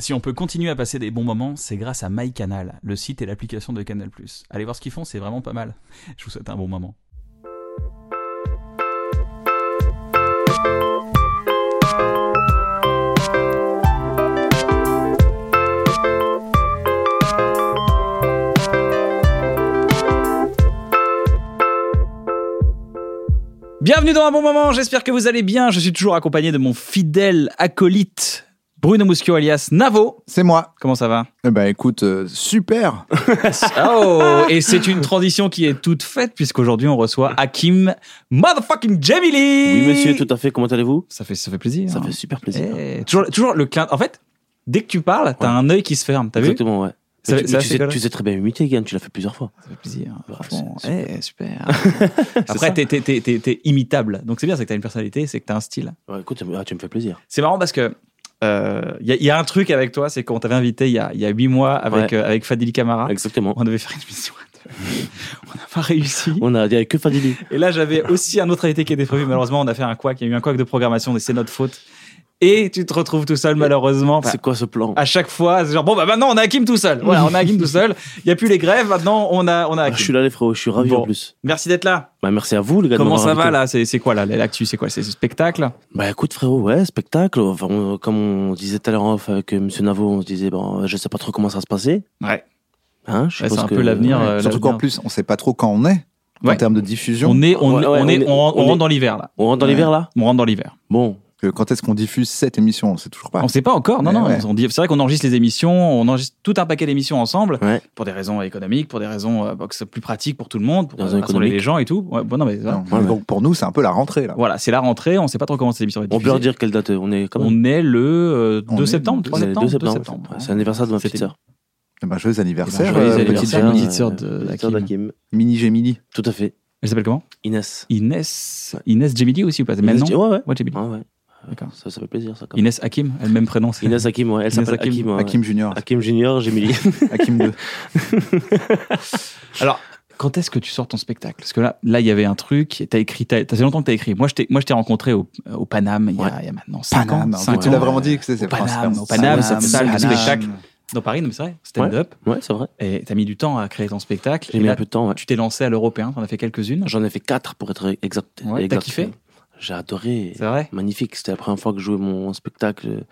Si on peut continuer à passer des bons moments, c'est grâce à MyCanal, le site et l'application de Canal+. Allez voir ce qu'ils font, c'est vraiment pas mal. Je vous souhaite un bon moment. Bienvenue dans un bon moment, j'espère que vous allez bien. Je suis toujours accompagné de mon fidèle acolyte Bruno Muschio alias Navo. C'est moi. Comment ça va Eh ben écoute, euh, super. Oh, et c'est une transition qui est toute faite puisqu'aujourd'hui on reçoit Hakim motherfucking Jamili. Oui, monsieur, tout à fait. Comment allez-vous Ça fait ça fait plaisir. hein. Ça fait super plaisir. Eh, toujours toujours le clin. En fait, dès que tu parles, t'as Ouais. un œil qui se ferme. T'as vu Exactement, ouais. Ça Mais fait- tu, ça mais tu fait sais, quoi, là tu sais très bien imiter, Yann, tu l'as fait plusieurs fois. Ça fait plaisir. Eh, franchement. super. ça. Après, t'es t'es- t'es- t'es- t'es imitable. Donc c'est bien, c'est que t'as une personnalité, c'est que t'as un style. Ouais, écoute, ça me- ah, tu me fais plaisir. C'est marrant parce que euh, il y, a- il y a un truc avec toi, c'est qu'on t'avait invité il y a il y a huit mois avec euh, avec Fadili Camara. Exactement. On devait faire une mission. à deux. On n'a pas réussi. On a dit que Fadili. Et là, j'avais aussi un autre invité qui était prévu. Malheureusement, on a fait un couac. Il y a eu un couac de programmation et c'est notre faute. Et tu te retrouves tout seul, malheureusement. C'est quoi ce plan À chaque fois, c'est genre, bon, bah maintenant, on a Hakim tout seul. Voilà, on a Hakim tout seul. Il n'y a plus les grèves. Maintenant, on a, on a Ah, Hakim. Je suis là, les frérots, je suis ravi Bon. en plus. Merci d'être là. Bah, merci à vous, les gars. de Comment m'avoir ça va invité. là C'est c'est quoi là L'actu, c'est quoi C'est ce spectacle Bah écoute, frérot, ouais, spectacle. Enfin, on- comme on disait tout à l'heure en off avec euh, monsieur Navo, on se disait, bon, je sais pas trop comment ça va se passer. Ouais. Hein, je Ouais, suppose c'est un que- peu l'avenir. Ouais. euh, Surtout l'avenir. qu'en plus, on sait pas trop quand on est en Ouais. termes de diffusion. On est, on, Ouais, ouais, on est, on est- on, rentre- on on est- rentre dans l'hiver là. On rentre dans l'hiver là On rentre dans l'hiver. Bon. Que Quand est-ce qu'on diffuse cette émission On le sait toujours pas. On sait pas encore. Non, Eh Mais non. ouais. on dit- C'est vrai qu'on enregistre les émissions, on enregistre tout un paquet d'émissions ensemble Ouais. pour des raisons économiques, pour des raisons euh, bah, que c'est plus pratique pour tout le monde, pour Raisons euh, rassembler économiques. les gens et tout. Ouais, bon, non, mais voilà. Non, mais Ouais, Donc pour nous, c'est un peu la rentrée là. Voilà, c'est la rentrée, on sait pas trop comment cette émission va être On peut leur diffusée. dire quelle date euh, on est quand même. On est le euh, On 2 est septembre, 3 On est le septembre, 2 septembre. septembre. C'est l'anniversaire de ma C'est- petite sœur. Eh ben, joyeux anniversaire, joyeux euh, petite anniversaire, Jamie. petite sœur de- euh, petite d'Hakim. sœur d'Hakim. mini Gemini. Tout à fait. Elle s'appelle comment Inès. Inès. Inès Gemili aussi ou pas C'est le Même Inès- nom Ouais, ouais. Ouais, Gemili. Ouais, ouais. D'accord. Ça, ça fait plaisir, ça, quand même. Inès Hakim, elle même prénom. c'est- Inès Hakim, ouais. Elle Inès s'appelle Hakim. Hakim. ouais. Hakim Junior. Hakim Junior, Gemili. Hakim 2. Alors, quand est-ce que tu sors ton spectacle Parce que là, là, il y avait un truc, et t'as écrit, t'as, ça fait longtemps que t'as écrit. Moi, je t'ai, moi, je t'ai rencontré au, au Paname il y, a, Ouais. il y a maintenant 5 ans. Paname. En cinq fait, tu ans. l'as vraiment dit que c'est c'est Au Paname, c'est- au Paname, cette salle de Paname. spectacle. Dans Paris, non, mais c'est vrai, stand-up. ouais, c'est vrai. Et t'as mis du temps à créer ton spectacle. J'ai Et mis là, un peu de temps. ouais. tu t'es lancé à l'européen, t'en as fait quelques-unes. J'en ai fait 4 pour être exact. Ouais, t'as exact. kiffé J'ai adoré. C'est vrai Magnifique. C'était la première fois que je jouais mon spectacle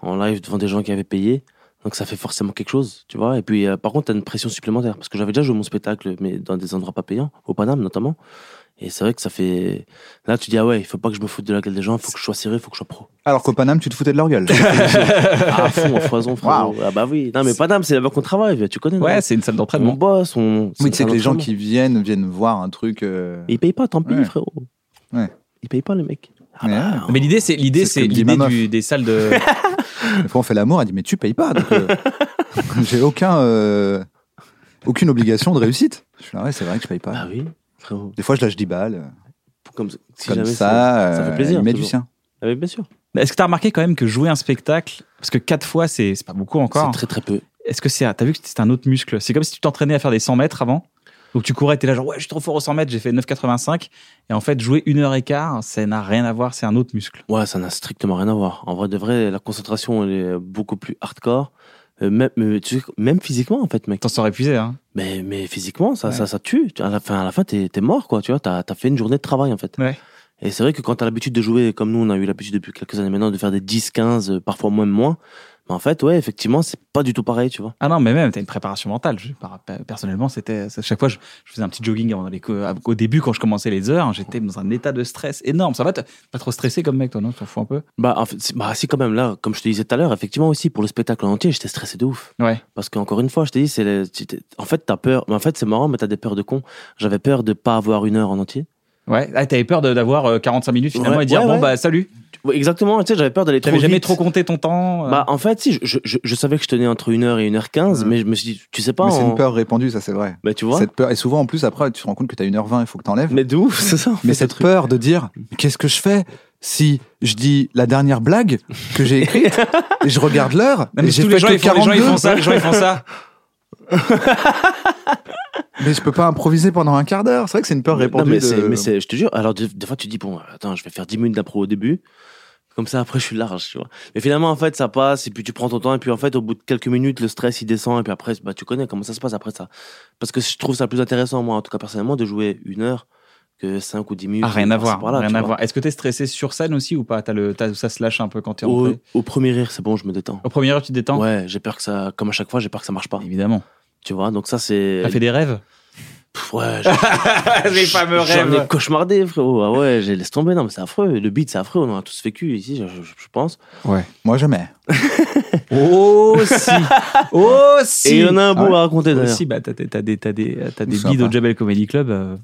en live devant des gens qui avaient payé. Donc ça fait forcément quelque chose, tu vois. Et puis euh, par contre, t'as une pression supplémentaire parce que j'avais déjà joué mon spectacle, mais dans des endroits pas payants, au Paname notamment. Et c'est vrai que ça fait. Là, tu dis ah ouais, il faut pas que je me foute de la gueule des gens, il faut que je sois sérieux, il faut que je sois pro. Alors qu'au Paname, tu te foutais de leur gueule. Ah, à fond, à foison, frérot. Ah bah oui. Non mais Paname, c'est là-bas qu'on travaille. Tu connais. non Ouais, c'est une salle on d'entraînement. bosse, on. Oui, tu sais un que les gens entraînement. qui viennent, viennent voir un truc. euh, Et ils payent pas, tant pis, Ouais. frérot. Ouais. Ils payent pas, les mecs. Ah bah, Mais ouais. Mais l'idée, c'est l'idée, C'est ce c'est que me dit l'idée ma meuf. du- des salles de. Des fois, on fait l'amour, elle dit Mais tu payes pas. donc, euh, J'ai aucun, euh, aucune obligation de réussite. Je suis là, ouais, c'est vrai que je paye pas. Ah oui, frérot. Des fois, je lâche 10 balles. euh, Comme, si comme jamais ça, ça fait euh, plaisir, il met du toujours. sien. Ah oui, bien sûr. Est-ce que t'as remarqué quand même que jouer un spectacle, parce que quatre fois, c'est, c'est pas beaucoup C'est encore. très très peu. Est-ce que c'est, un- t'as vu que c'est un autre muscle C'est comme si tu t'entraînais à faire des 100 mètres avant. Donc tu courais, t'es là genre ouais, je suis trop fort aux 100 mètres, j'ai fait 9,85. Et en fait, jouer une heure et quart, ça n'a rien à voir, c'est un autre muscle. Ouais, ça n'a strictement rien à voir. En vrai de vrai, la concentration elle est beaucoup plus hardcore. Euh, même, euh, tu sais, même physiquement en fait, mec. T'en sors épuisé, hein Mais, mais physiquement, ça, Ouais. ça, ça tue. Tu- À la fin, à la fin, t'es, t'es mort, quoi. Tu vois, t'as, t'as fait une journée de travail, en fait. Ouais. Et c'est vrai que quand t'as l'habitude de jouer, comme nous, on a eu l'habitude depuis quelques années maintenant de faire des 10, 15, euh, parfois même moins. Mais en fait, ouais, effectivement, c'est pas du tout pareil, tu vois. Ah non, mais même, t'as une préparation mentale. Je- par- personnellement, c'était. ça- Chaque fois, je, je faisais un petit jogging avant les, co- au début, quand je commençais les heures, j'étais dans un état de stress énorme. Ça va, t'es pas trop stressé comme mec, toi, non Tu t'en fous un peu Bah, en fait, c'est- bah, si, quand même, là, comme je te disais tout à l'heure, effectivement, aussi, pour le spectacle en entier, j'étais stressé de ouf. Ouais. Parce qu'encore une fois, je t'ai dit, c'est le- tu t'es- en fait, t'as peur. Mais en fait, c'est marrant, mais t'as des peurs de con. J'avais peur de pas avoir une heure en entier. Ouais. Ah, t'avais peur de- d'avoir euh, 45 minutes finalement Ouais, et dire ouais, bon, ouais. bah, salut. Ouais, Exactement, tu sais, j'avais peur d'aller trop T'avais jamais vite. trop compté ton temps euh, Bah, en fait, si, je, je- je- je savais que je tenais entre 1h et 1h15, mais je me suis dit, tu sais pas. Mais c'est en- une peur répandue, ça c'est vrai. Bah, tu vois. Cette peur. Et souvent en plus après tu te rends compte que t'as 1h20, il faut que t'enlèves. Mais, Mais de ouf, c'est ça. en fait, ce cette truc. peur de dire mais qu'est-ce que je fais si je dis la dernière blague que j'ai écrite et je regarde l'heure Non, et mais j'ai tous fait les gens, que ils font, les gens, ils 42, font ça, les gens, ils font ça. mais je peux pas improviser pendant un quart d'heure. C'est vrai que c'est une peur Non, répandue. mais de- c'est, mais c'est- je te jure, alors des, des fois tu te dis, bon, attends, je vais faire 10 minutes d'impro au début, comme ça après je suis large, tu vois. Mais finalement, en fait, ça passe, et puis tu prends ton temps, et puis en fait, au bout de quelques minutes, le stress il descend, et puis après, bah, tu connais comment ça se passe après ça. Parce que je trouve ça plus intéressant, moi, en tout cas personnellement, de jouer une heure que 5 ou 10 minutes. Ah, rien à par-ci, voir. par-là, rien tu à vois. voir. Est-ce que t'es stressé sur scène aussi ou pas T'as le, t'as- ça se lâche un peu quand t'es en Au, pré- au premier rire, c'est bon, je me détends. Au premier heure, tu te détends Ouais, j'ai peur que ça, comme à chaque fois, j'ai peur que ça marche pas. Évidemment. Tu vois, donc ça, c'est. T'as fait des rêves Pff, Ouais, j'ai- Ah, Les fameux J'en ai rêves. cauchemardé, frérot. Ah ouais, j'ai laissé tomber. Non, mais c'est affreux. Le beat, c'est affreux. On en a tous vécu ici, je, je- je pense. Ouais. Moi jamais. Oh si Oh si Et il y en a un Ah beau ouais. à raconter Oh, d'ailleurs. si, bah, t'as des, t'as des, t'as des, t'as des Sympa. guides au Jabel Comedy Club euh,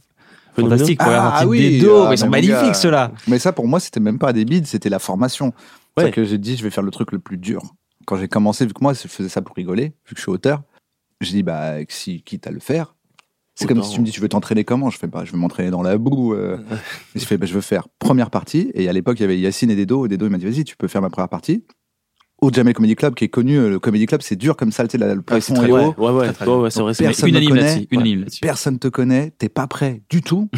Phénoménal. fantastiques pour Ah, avoir type oui, des dos. ah, ils sont mais mon gars. magnifiques ceux-là. Mais ça, pour moi, c'était même pas des bides, c'était la formation. C'est Ouais. ça que j'ai dit, je vais faire le truc le plus dur. Quand j'ai commencé, vu que moi, je faisais ça pour rigoler, vu que je suis auteur, j'ai dit, bah, si quitte à le faire, c'est comme Autant, si tu me dis, tu veux t'entraîner comment Je fais pas, je veux m'entraîner dans la boue. euh. Et je fais, bah, je veux faire première partie. Et à l'époque, il y avait Yacine et Dedo. Et Dedo, il m'a dit, vas-y, tu peux faire ma première partie. Au Jamel Comedy Club, qui est connu, euh, le Comedy Club, c'est dur comme ça, tu sais, la- le Ah, plafond c'est très est ouais, haut. ouais, ouais, très ouais, bien. ouais, c'est vrai. c'est- Personne Mais ne unanime connaît. là-dessus. Unanime là-dessus. Personne te connaît, t'es pas prêt du tout.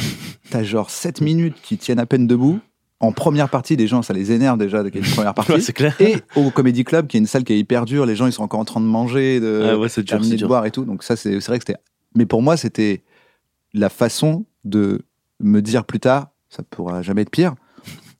T'as genre 7 minutes qui tiennent à peine debout. En première partie, les gens, ça les énerve déjà de qu'il y ait une première Ouais, partie. c'est clair. Et au Comedy Club, qui est une salle qui est hyper dure, les gens, ils sont encore en train de manger, de Ah ouais, c'est dur, terminer c'est de dur. boire et tout. Donc ça, c'est c'est vrai que c'était... Mais pour moi, c'était la façon de me dire plus tard, ça pourra jamais être pire.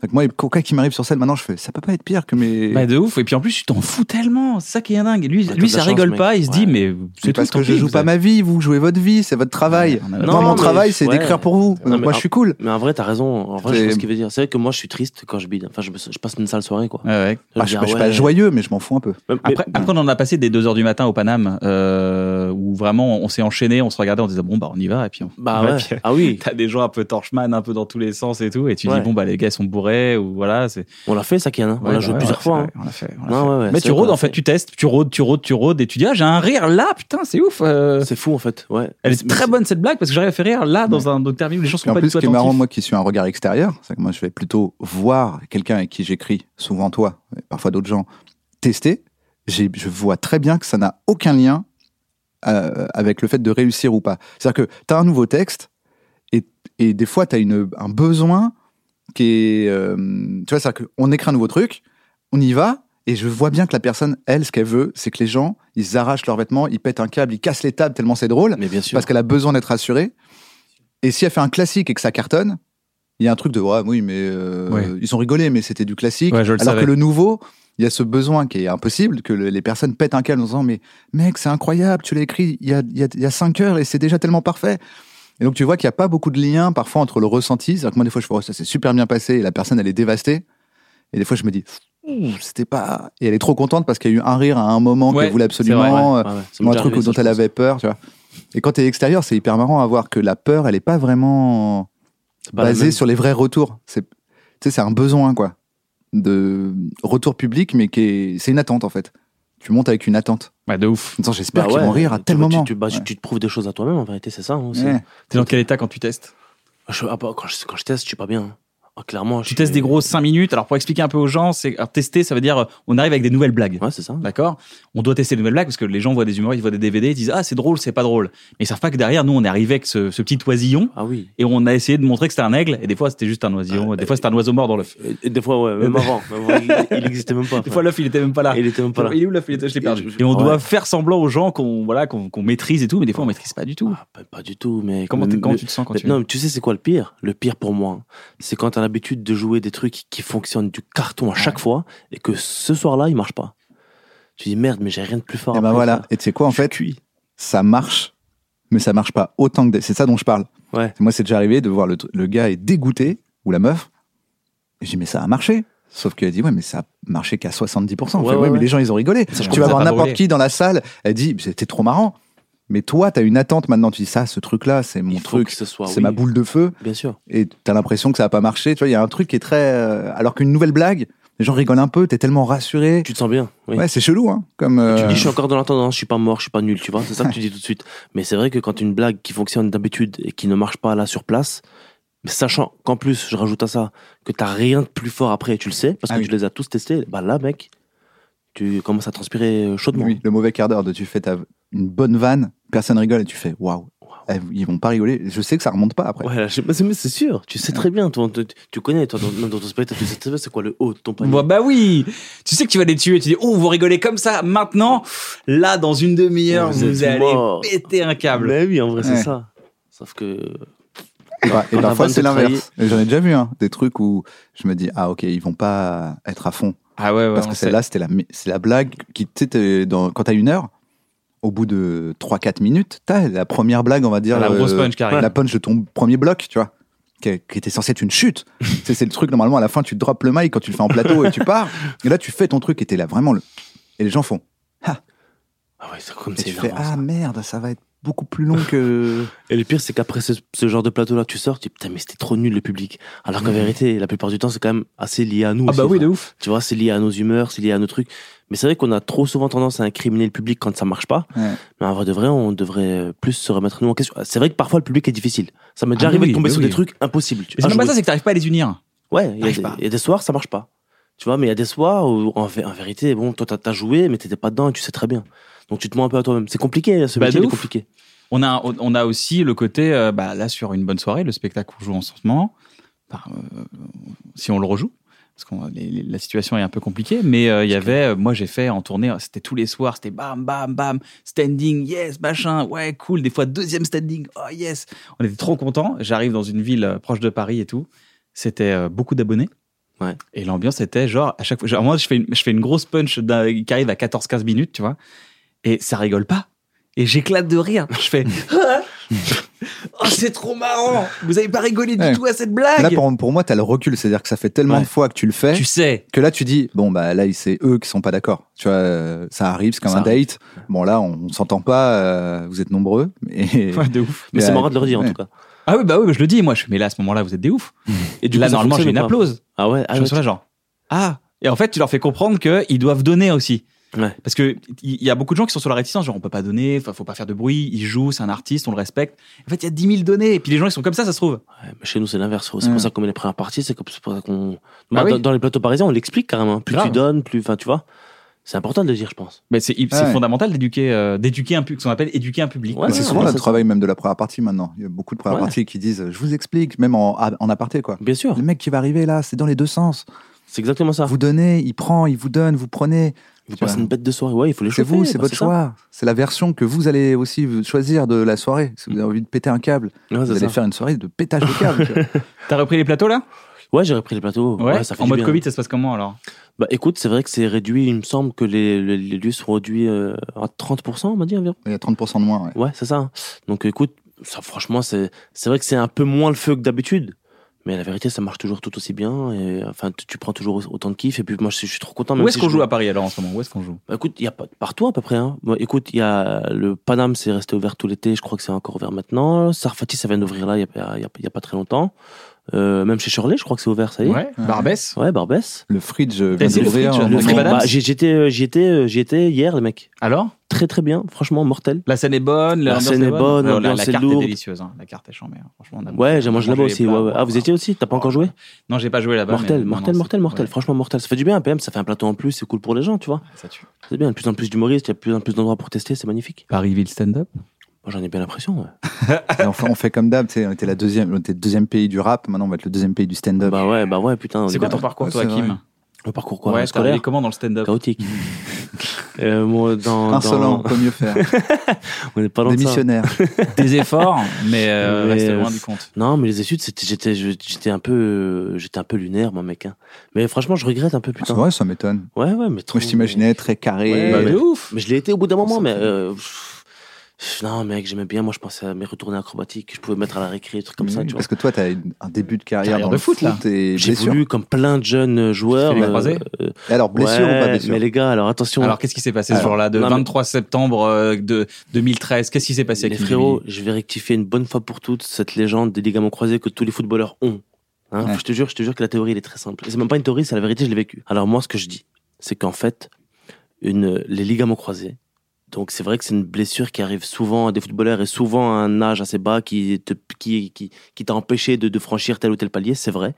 Donc moi, coca qui m'arrive sur scène, maintenant, je fais, ça peut pas être pire que mes... Bah de ouf et puis en plus tu t'en fous tellement, c'est ça qui est dingue. Lui, lui Ouais, t'as de la ça chance, rigole mec. pas, il se dit Ouais. mais c'est C'est tout parce tant que je pis, joue vous pas avez- ma vie, vous jouez votre vie, c'est votre travail. on a- Moi, Non, mon mais- travail, c'est ouais. d'écrire pour vous. Donc Non, mais moi, je en- suis cool. Mais en vrai, t'as raison. En vrai, je C'est- vois ce qu'il veut dire. C'est vrai que moi, je suis triste quand je bide. Enfin, je, me- je passe une sale soirée, quoi. Ouais, ouais. Bah, je, suis pas- me je dis, suis ah pas ouais. joyeux, mais je m'en fous un peu. Mais- mais- Après, après, on en a passé des 2 heures du matin au Paname, euh, où vraiment on s'est enchaîné, on se regardait, on disait bon bah on y va, et puis on Bah on va, ouais. puis- Ah oui, T'as des gens un peu torchman, un peu dans tous les sens et tout, et tu Ouais. dis bon bah les gars ils sont bourrés ou voilà. c'est- on l'a fait, ça, Kian. hein. On Ouais, l'a bah joué ouais, plusieurs on fois. l'a hein. fait, ouais, on l'a fait, on l'a Ouais, fait. ouais, ouais, Mais c'est tu vrai rôdes qu'on en fait, l'a tu testes, tu rôdes, tu rôdes, tu rôdes, et tu dis ah j'ai un rire là, putain c'est ouf. euh, C'est fou, en fait. Ouais. Elle est très bonne cette blague parce que j'arrive à faire rire là dans un interview où les gens Et sont en pas plus, du ce tout qui est attentifs. marrant, moi qui suis un regard extérieur, c'est que moi je vais plutôt voir quelqu'un avec qui j'écris, souvent toi, et parfois d'autres gens, tester. J'ai- Je vois très bien que ça n'a aucun lien euh, avec le fait de réussir ou pas. C'est-à-dire que tu as un nouveau texte et, et des fois tu as une, un besoin qui est. euh, tu vois, c'est-à-dire qu'on écrit un nouveau truc, on y va. Et je vois bien que la personne, elle, ce qu'elle veut, c'est que les gens, ils arrachent leurs vêtements, ils pètent un câble, ils cassent les tables tellement c'est drôle Mais bien sûr. parce qu'elle a besoin d'être rassurée. Et si elle fait un classique et que ça cartonne, il y a un truc de ouais, oui, mais euh, Ouais. ils ont rigolé, mais c'était du classique. Ouais, je le Alors savais. que le nouveau, il y a ce besoin qui est impossible que le- les personnes pètent un câble en disant mais mec, c'est incroyable, tu l'as écrit il y a, il y a- il y a cinq heures et c'est déjà tellement parfait. Et donc tu vois qu'il n'y a pas beaucoup de lien parfois entre le ressenti. C'est-à-dire que moi, des fois, je fais oh, ça s'est super bien passé et la personne, elle est dévastée. Et des fois, je me dis Ouh, c'était pas. Et elle est trop contente parce qu'il y a eu un rire à un moment Ouais, qu'elle voulait c'est vrai, absolument. euh, Ouais, ouais, ça ou m'est un déjà truc arrivé, ça, dont je elle pense. avait peur, tu vois. Et quand t'es extérieur, c'est hyper marrant à voir que la peur, elle est pas vraiment pas la basée même. sur les vrais retours. C'est, tu sais, c'est un besoin, quoi, de retour public, mais qui est, c'est une attente en fait. Tu montes avec une attente. Ouais, de ouf. En disant, j'espère Bah qu'ils ouais, vont rire à tu- tel tu- moment. Tu, bah, tu- Ouais. tu te prouves des choses à toi-même, en vérité, c'est ça. hein, aussi. Ouais. T'es dans quel état quand tu testes Je- ah bah, quand, je, quand je teste, je suis pas bien. hein. Ah, clairement. je Tu testes suis- des gros 5 minutes. Alors, pour expliquer un peu aux gens, c'est alors, tester, ça veut dire euh, on arrive avec des nouvelles blagues. Ouais, c'est ça. D'accord On doit tester des nouvelles blagues parce que les gens voient des humoristes, ils voient des DVD, ils disent Ah, c'est drôle, c'est pas drôle. Mais ils savent pas que derrière, nous, on est arrivé avec ce, ce petit oisillon Ah oui. et on a essayé de montrer que c'était un aigle. Et des fois, c'était juste un oisillon. Ah, des fois, c'était un oiseau mort dans l'œuf. Et- et Euh, des fois, ouais, même avant. Même avant, il, il existait même pas. Des fois, l'œuf, il était même pas là. il était même pas là. Il est où l'œuf Il était- Je l'ai Et perdu. je- Et on ouais. doit faire semblant aux gens qu'on voilà, qu'on qu'on maîtrise et tout, mais des fois, on maîtrise pas du tout. Ah, pas, pas du tout, mais. Comment, t'es- mais- comment mais- tu te sens quand mais- tu. non, mais tu sais, c'est quoi le pire Le pire pour moi, c'est quand t'as l'habitude de jouer des trucs qui fonctionnent du carton à chaque fois et que ce soir-là, il marche pas. Tu dis merde, mais j'ai rien de plus fort. Eh Et ben après, voilà. frère. Et tu sais quoi, en Je suis fait, cuit. ça marche, mais ça marche pas autant que. des- C'est ça dont je parle. Ouais. Moi, c'est déjà arrivé de voir le, tr- le gars est dégoûté ou la meuf. Et j'ai dit, mais ça a marché. Sauf qu'elle dit, ouais, mais ça a marché qu'à 70%. On Ouais, fait, ouais, ouais, mais ouais. les gens, ils ont rigolé. Ça, je tu vas comprends voir pas n'importe brûler. qui dans la salle. Elle dit, c'était trop marrant. Mais toi, tu as une attente maintenant. Tu dis ça, ce truc-là, c'est mon Il faut truc, que ce soit, c'est oui, ma boule de feu. Bien sûr. Et tu as l'impression que ça n'a pas marché. Tu vois, il y a un truc qui est très. euh, alors qu'une nouvelle blague, les gens rigolent un peu, tu es tellement rassuré. Tu te sens bien. Oui. Ouais, c'est chelou, hein. Comme, Tu euh, dis, je suis encore dans l'intendance, je suis pas mort, je suis pas nul, tu vois. C'est ça que tu dis tout de suite. Mais c'est vrai que quand une blague qui fonctionne d'habitude et qui ne marche pas là sur place, mais sachant qu'en plus, je rajoute à ça, que t'as rien de plus fort après, tu le sais, parce Ah que oui. tu les as tous testés, bah là, mec, tu commences à transpirer euh, chaudement. Oui, le mauvais quart d'heure de tu fais ta- une bonne vanne, personne rigole et tu fais waouh, eh, ils vont pas rigoler. Je sais que ça remonte pas après. Ouais, là, je- mais c'est- mais c'est sûr, tu sais très bien, toi, tu, tu connais, toi, dans, même dans ton spectacle, tu sais très bien c'est quoi le haut de ton panier. Bah, bah oui Tu sais que tu vas les tuer, tu dis « Oh, vous rigolez comme ça, maintenant, là, dans une demi-heure, Vous vous, êtes allez morts. péter un câble. Mais oui, en vrai, bah, Ouais. c'est ça. Sauf que. Et, par- et Quand la parfois vanne c'est te trahit. l'inverse. Et J'en ai déjà vu hein, des trucs où je me dis ah ok, ils vont pas être à fond Ah ouais, ouais, parce on que sait. celle-là c'était la mi- c'est la blague qui tu sais, t'es dans quand t'as une heure. Au bout de 3-4 minutes, t'as la première blague, on va dire. La euh, grosse punch qui arrive. La punch de ton premier bloc, tu vois. Qui, qui était censé être une chute. c'est, c'est le truc, normalement, à la fin, tu droppes le mic quand tu le fais en plateau et tu pars. Et là, tu fais ton truc et t'es là vraiment. Le... Et les gens font. Ah ouais, c'est comme Et c'est tu fais énervant, ah ça. merde, ça va être beaucoup plus long que. Et le pire, c'est qu'après ce, ce genre de plateau-là, tu sors, tu dis putain, mais c'était trop nul le public. Alors qu'en vérité, la plupart du temps, c'est quand même assez lié à nous. Ah aussi, bah oui, enfin. de ouf Tu vois, c'est lié à nos humeurs, c'est lié à nos trucs. Mais c'est vrai qu'on a trop souvent tendance à incriminer le public quand ça marche pas. Ouais. Mais en vrai de vrai, on devrait euh, plus se remettre nous en question. C'est vrai que parfois le public est difficile. Ça m'est déjà Ah, mais arrivé oui, de tomber mais sur oui. des trucs impossibles. Tu Mais vois, c'est même Ah, pas je me- ça, c'est que t'arrives pas à les unir. Ouais, il y, a T'arrives des- pas. il y a des soirs, ça marche pas. Tu vois, mais il y a des soirs où, en, vé- en vérité, bon, toi, t'as t'as joué, mais t'étais pas dedans et tu sais très bien. Donc tu te mens un peu à toi-même. C'est compliqué, hein, ce Bah, métier de il est ouf. compliqué. On a, on a aussi le côté, euh, bah, là, sur une bonne soirée, le spectacle qu'on joue en ce moment, bah, euh, si on le rejoue, parce que la situation est un peu compliquée, mais euh, il y avait, euh, moi j'ai fait en tournée, euh, c'était tous les soirs, c'était bam, bam, bam, standing, yes, machin, ouais, cool, des fois deuxième standing, oh yes, on était trop contents, j'arrive dans une ville euh, proche de Paris et tout, c'était euh, beaucoup d'abonnés. Ouais. Et l'ambiance était genre, à chaque fois, genre, moi je fais une, je fais une grosse punch d'un- qui arrive à 14-15 minutes, tu vois, et ça rigole pas. Et j'éclate de rire. Je fais. Ah oh, c'est trop marrant! Vous avez pas rigolé du Ouais. tout à cette blague! Là, pour, pour moi, t'as le recul. C'est-à-dire que ça fait tellement Ouais. de fois que tu le fais tu sais, que là, tu dis bon, bah là, c'est eux qui sont pas d'accord. Tu vois, euh, ça arrive, c'est comme Ça un date. Bon, là, on, on s'entend pas, euh, vous êtes nombreux. Mais Ouais, de ouf. Mais Mais, c'est euh, marrant de le redire, en ouais. tout cas. Ah oui, bah oui, je le dis, moi. Je fais, mais là, à ce moment-là, vous êtes des oufs. Et là, ça normalement, j'ai fonctionne une ou pas applause. Ah ouais, ah je ouais, me souviens, genre, ah. Et en fait, tu leur fais comprendre qu'ils doivent donner aussi. Ouais. Parce que il y a beaucoup de gens qui sont sur la réticence, genre, on peut pas donner, enfin, faut pas faire de bruit, il joue, c'est un artiste, on le respecte. En fait, il y a 10 000 données. Et puis les gens, ils sont comme ça, ça se trouve. Ouais, mais chez nous, c'est l'inverse. C'est Ouais. pour ça qu'on met les premières parties. C'est comme- c'est pour ça qu'on. Bah Bah, oui. dans, dans les plateaux parisiens, on l'explique carrément. Plus Grave. tu donnes, plus. Enfin, tu vois. C'est important de le dire, je pense. Mais c'est c'est Ouais. fondamental d'éduquer, euh, d'éduquer un public, ce qu'on appelle éduquer un public. Ouais, Mais c'est ouais, souvent ouais, là, ça le se- travail même de la première partie maintenant. Il y a beaucoup de premières Ouais. parties qui disent je vous explique, même en, ah, en aparté quoi. Bien sûr. Le mec qui va arriver là, c'est dans les deux sens. C'est exactement ça. Vous donnez, il prend, il vous donne, vous prenez. Vous tu passez vois. une bête de soirée. Ouais, il faut les C'est chauffer. vous, c'est bah, votre ça. choix. C'est la version que vous allez aussi choisir de la soirée. Si vous avez envie de péter un câble, Ouais, vous Ah, c'est allez ça. faire une soirée de pétage de câble. tu vois. T'as repris les plateaux, là? Ouais, j'ai repris les plateaux. Ouais, ça fait en du mode bien. Covid, ça se passe comment, alors? Bah écoute, c'est vrai que c'est réduit. Il me semble que les, les- les lieux sont réduits euh, à 30%, on m'a dit environ. Il y a 30% de moins. ouais. Ouais, c'est ça. hein. Donc écoute, ça, franchement, c'est c'est vrai que c'est un peu moins le feu que d'habitude. Mais la vérité, ça marche toujours tout aussi bien. Et, enfin, tu, tu prends toujours autant de kiff. Et puis moi, je, suis- je suis trop content. même Où est-ce si qu'on je- joue à Paris, alors, en ce moment? Où est-ce qu'on joue? Bah, écoute, il y a pas- partout à peu près. Hein. Bah, écoute, il y a le Paname, c'est resté ouvert tout l'été. Je crois que c'est encore ouvert maintenant. Sarfati, ça vient d'ouvrir là. Il y a, il y a- il y a pas très longtemps. Euh, même chez Shirley, je crois que c'est ouvert. Ça y est. Barbès. Ouais, Barbès. Le fridge euh, Et vient c'est le d'ouvrir. fridge, en le moment. fridge Madame Bah, j'y j'y étais, euh, j'y étais, euh, j'y étais hier, les mecs. Alors? Très très bien, franchement mortel. La scène est bonne, La l'ambiance scène est bonne, Ouais, la, l'ambiance la est carte est lourde. délicieuse, hein. la carte est chambée. hein. Franchement, on a Ouais, j'ai mangé là-bas les aussi. plats, ouais, ouais. Ah, vous voilà. étiez aussi T'as pas encore joué Non, j'ai pas joué là-bas. Ah, bah, mais- Mortel, non, mortel, non, mortel, c'est- mortel. ouais, Franchement mortel. Ça fait du bien, PM. Ça fait un plateau en plus. C'est cool pour les gens, tu vois. ça tue. C'est bien. De plus en plus d'humoristes, il y a de plus en plus d'endroits pour tester. C'est magnifique. Paris-Ville stand-up. Moi, J'en ai bien l'impression. ouais. Et on, fait, on fait comme d'hab. tu sais, On était la deuxième, on était le deuxième pays du rap. Maintenant, on va être le deuxième pays du stand-up. Bah ouais, bah ouais, putain. C'est quoi ton parcours, Ouais, toi, c'est Kim ton parcours quoi Ouais, t'es Scolaire arrivé comment dans le stand-up Chaotique. Euh, moi, dans, Insolent, dans- peut mieux faire. On n'est pas loin de ça. Démissionnaire. Des efforts, mais euh, Mais, reste euh, loin du compte. Non, mais les études, c'était- j'étais, j'étais un peu, euh, j'étais un peu lunaire, moi, mec. hein. Mais franchement, je regrette un peu, Ah, C'est putain. vrai, ça m'étonne. Ouais, ouais, mais trop. Moi, je t'imaginais très carré. Ouais, Bah, mais- de ouf Mais je l'ai été au bout d'un moment, Ça mais fait- euh, pff, Pff, Non, mec, j'aimais bien. Moi, je pensais à mes retournées acrobatiques que je pouvais mettre à la récré, des trucs comme ça. Oui, Tu vois. parce que toi, tu as un début de carrière, Carrière dans de le foot, foot, là. et J'ai blessure. voulu, comme plein de jeunes joueurs. les croisés euh, Et Alors, blessure ou pas ouais, blessure Mais les gars, alors attention. Alors, qu'est-ce qui s'est passé ce Alors, jour-là, de non, mais- 23 septembre euh, de 2013 Qu'est-ce qui s'est passé les avec frérots, je vais rectifier une bonne fois pour toutes cette légende des ligaments croisés que tous les footballeurs ont. Hein, Ouais. Je te jure, je te jure que la théorie elle est très simple. Et C'est même pas une théorie, c'est la vérité, je l'ai vécu. Alors moi, ce que je dis, c'est qu'en fait, une, les ligaments croisés. Donc c'est vrai que c'est une blessure qui arrive souvent à des footballeurs et souvent à un âge assez bas qui te, qui, qui, qui t'a empêché de, de franchir tel ou tel palier, c'est vrai.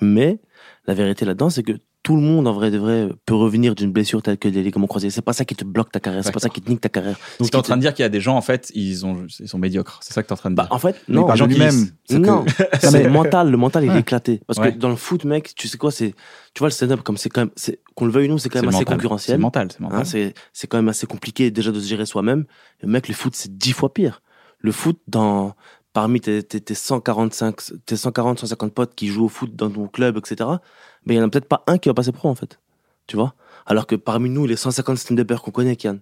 Mais la vérité là-dedans, c'est que tout le monde, en vrai de vrai, peut revenir d'une blessure telle que les ligaments croisés. C'est pas ça qui te bloque ta carrière, c'est pas ça qui te nique ta carrière. Donc, Ce t'es en qui te- train de dire qu'il y a des gens, en fait, ils, ont, ils sont médiocres. C'est ça que t'es en train de Bah, dire. en fait, Mais non. il parle gens de qui lui-même. disent- C'est que- Non, Non, mais- c'est le mental, le mental il est éclaté. Parce Ouais. que dans le foot, mec, tu sais quoi, c'est, tu vois, le stand-up, comme c'est quand même, c'est- qu'on le veuille ou non, c'est quand C'est même assez mental. C'est concurrentiel. mental, c'est hein, mental. C'est c'est quand même assez compliqué déjà de se gérer soi-même. Et Mec, le foot, c'est dix fois pire. Le foot, dans, parmi tes, tes, tes 145, tes 140, 150 potes qui jouent au foot dans ton club, etc., mais il n'y en a peut-être pas un qui va passer pro, en fait. Tu vois? Alors que parmi nous, les 150 stand-uppers qu'on connaît, Kian,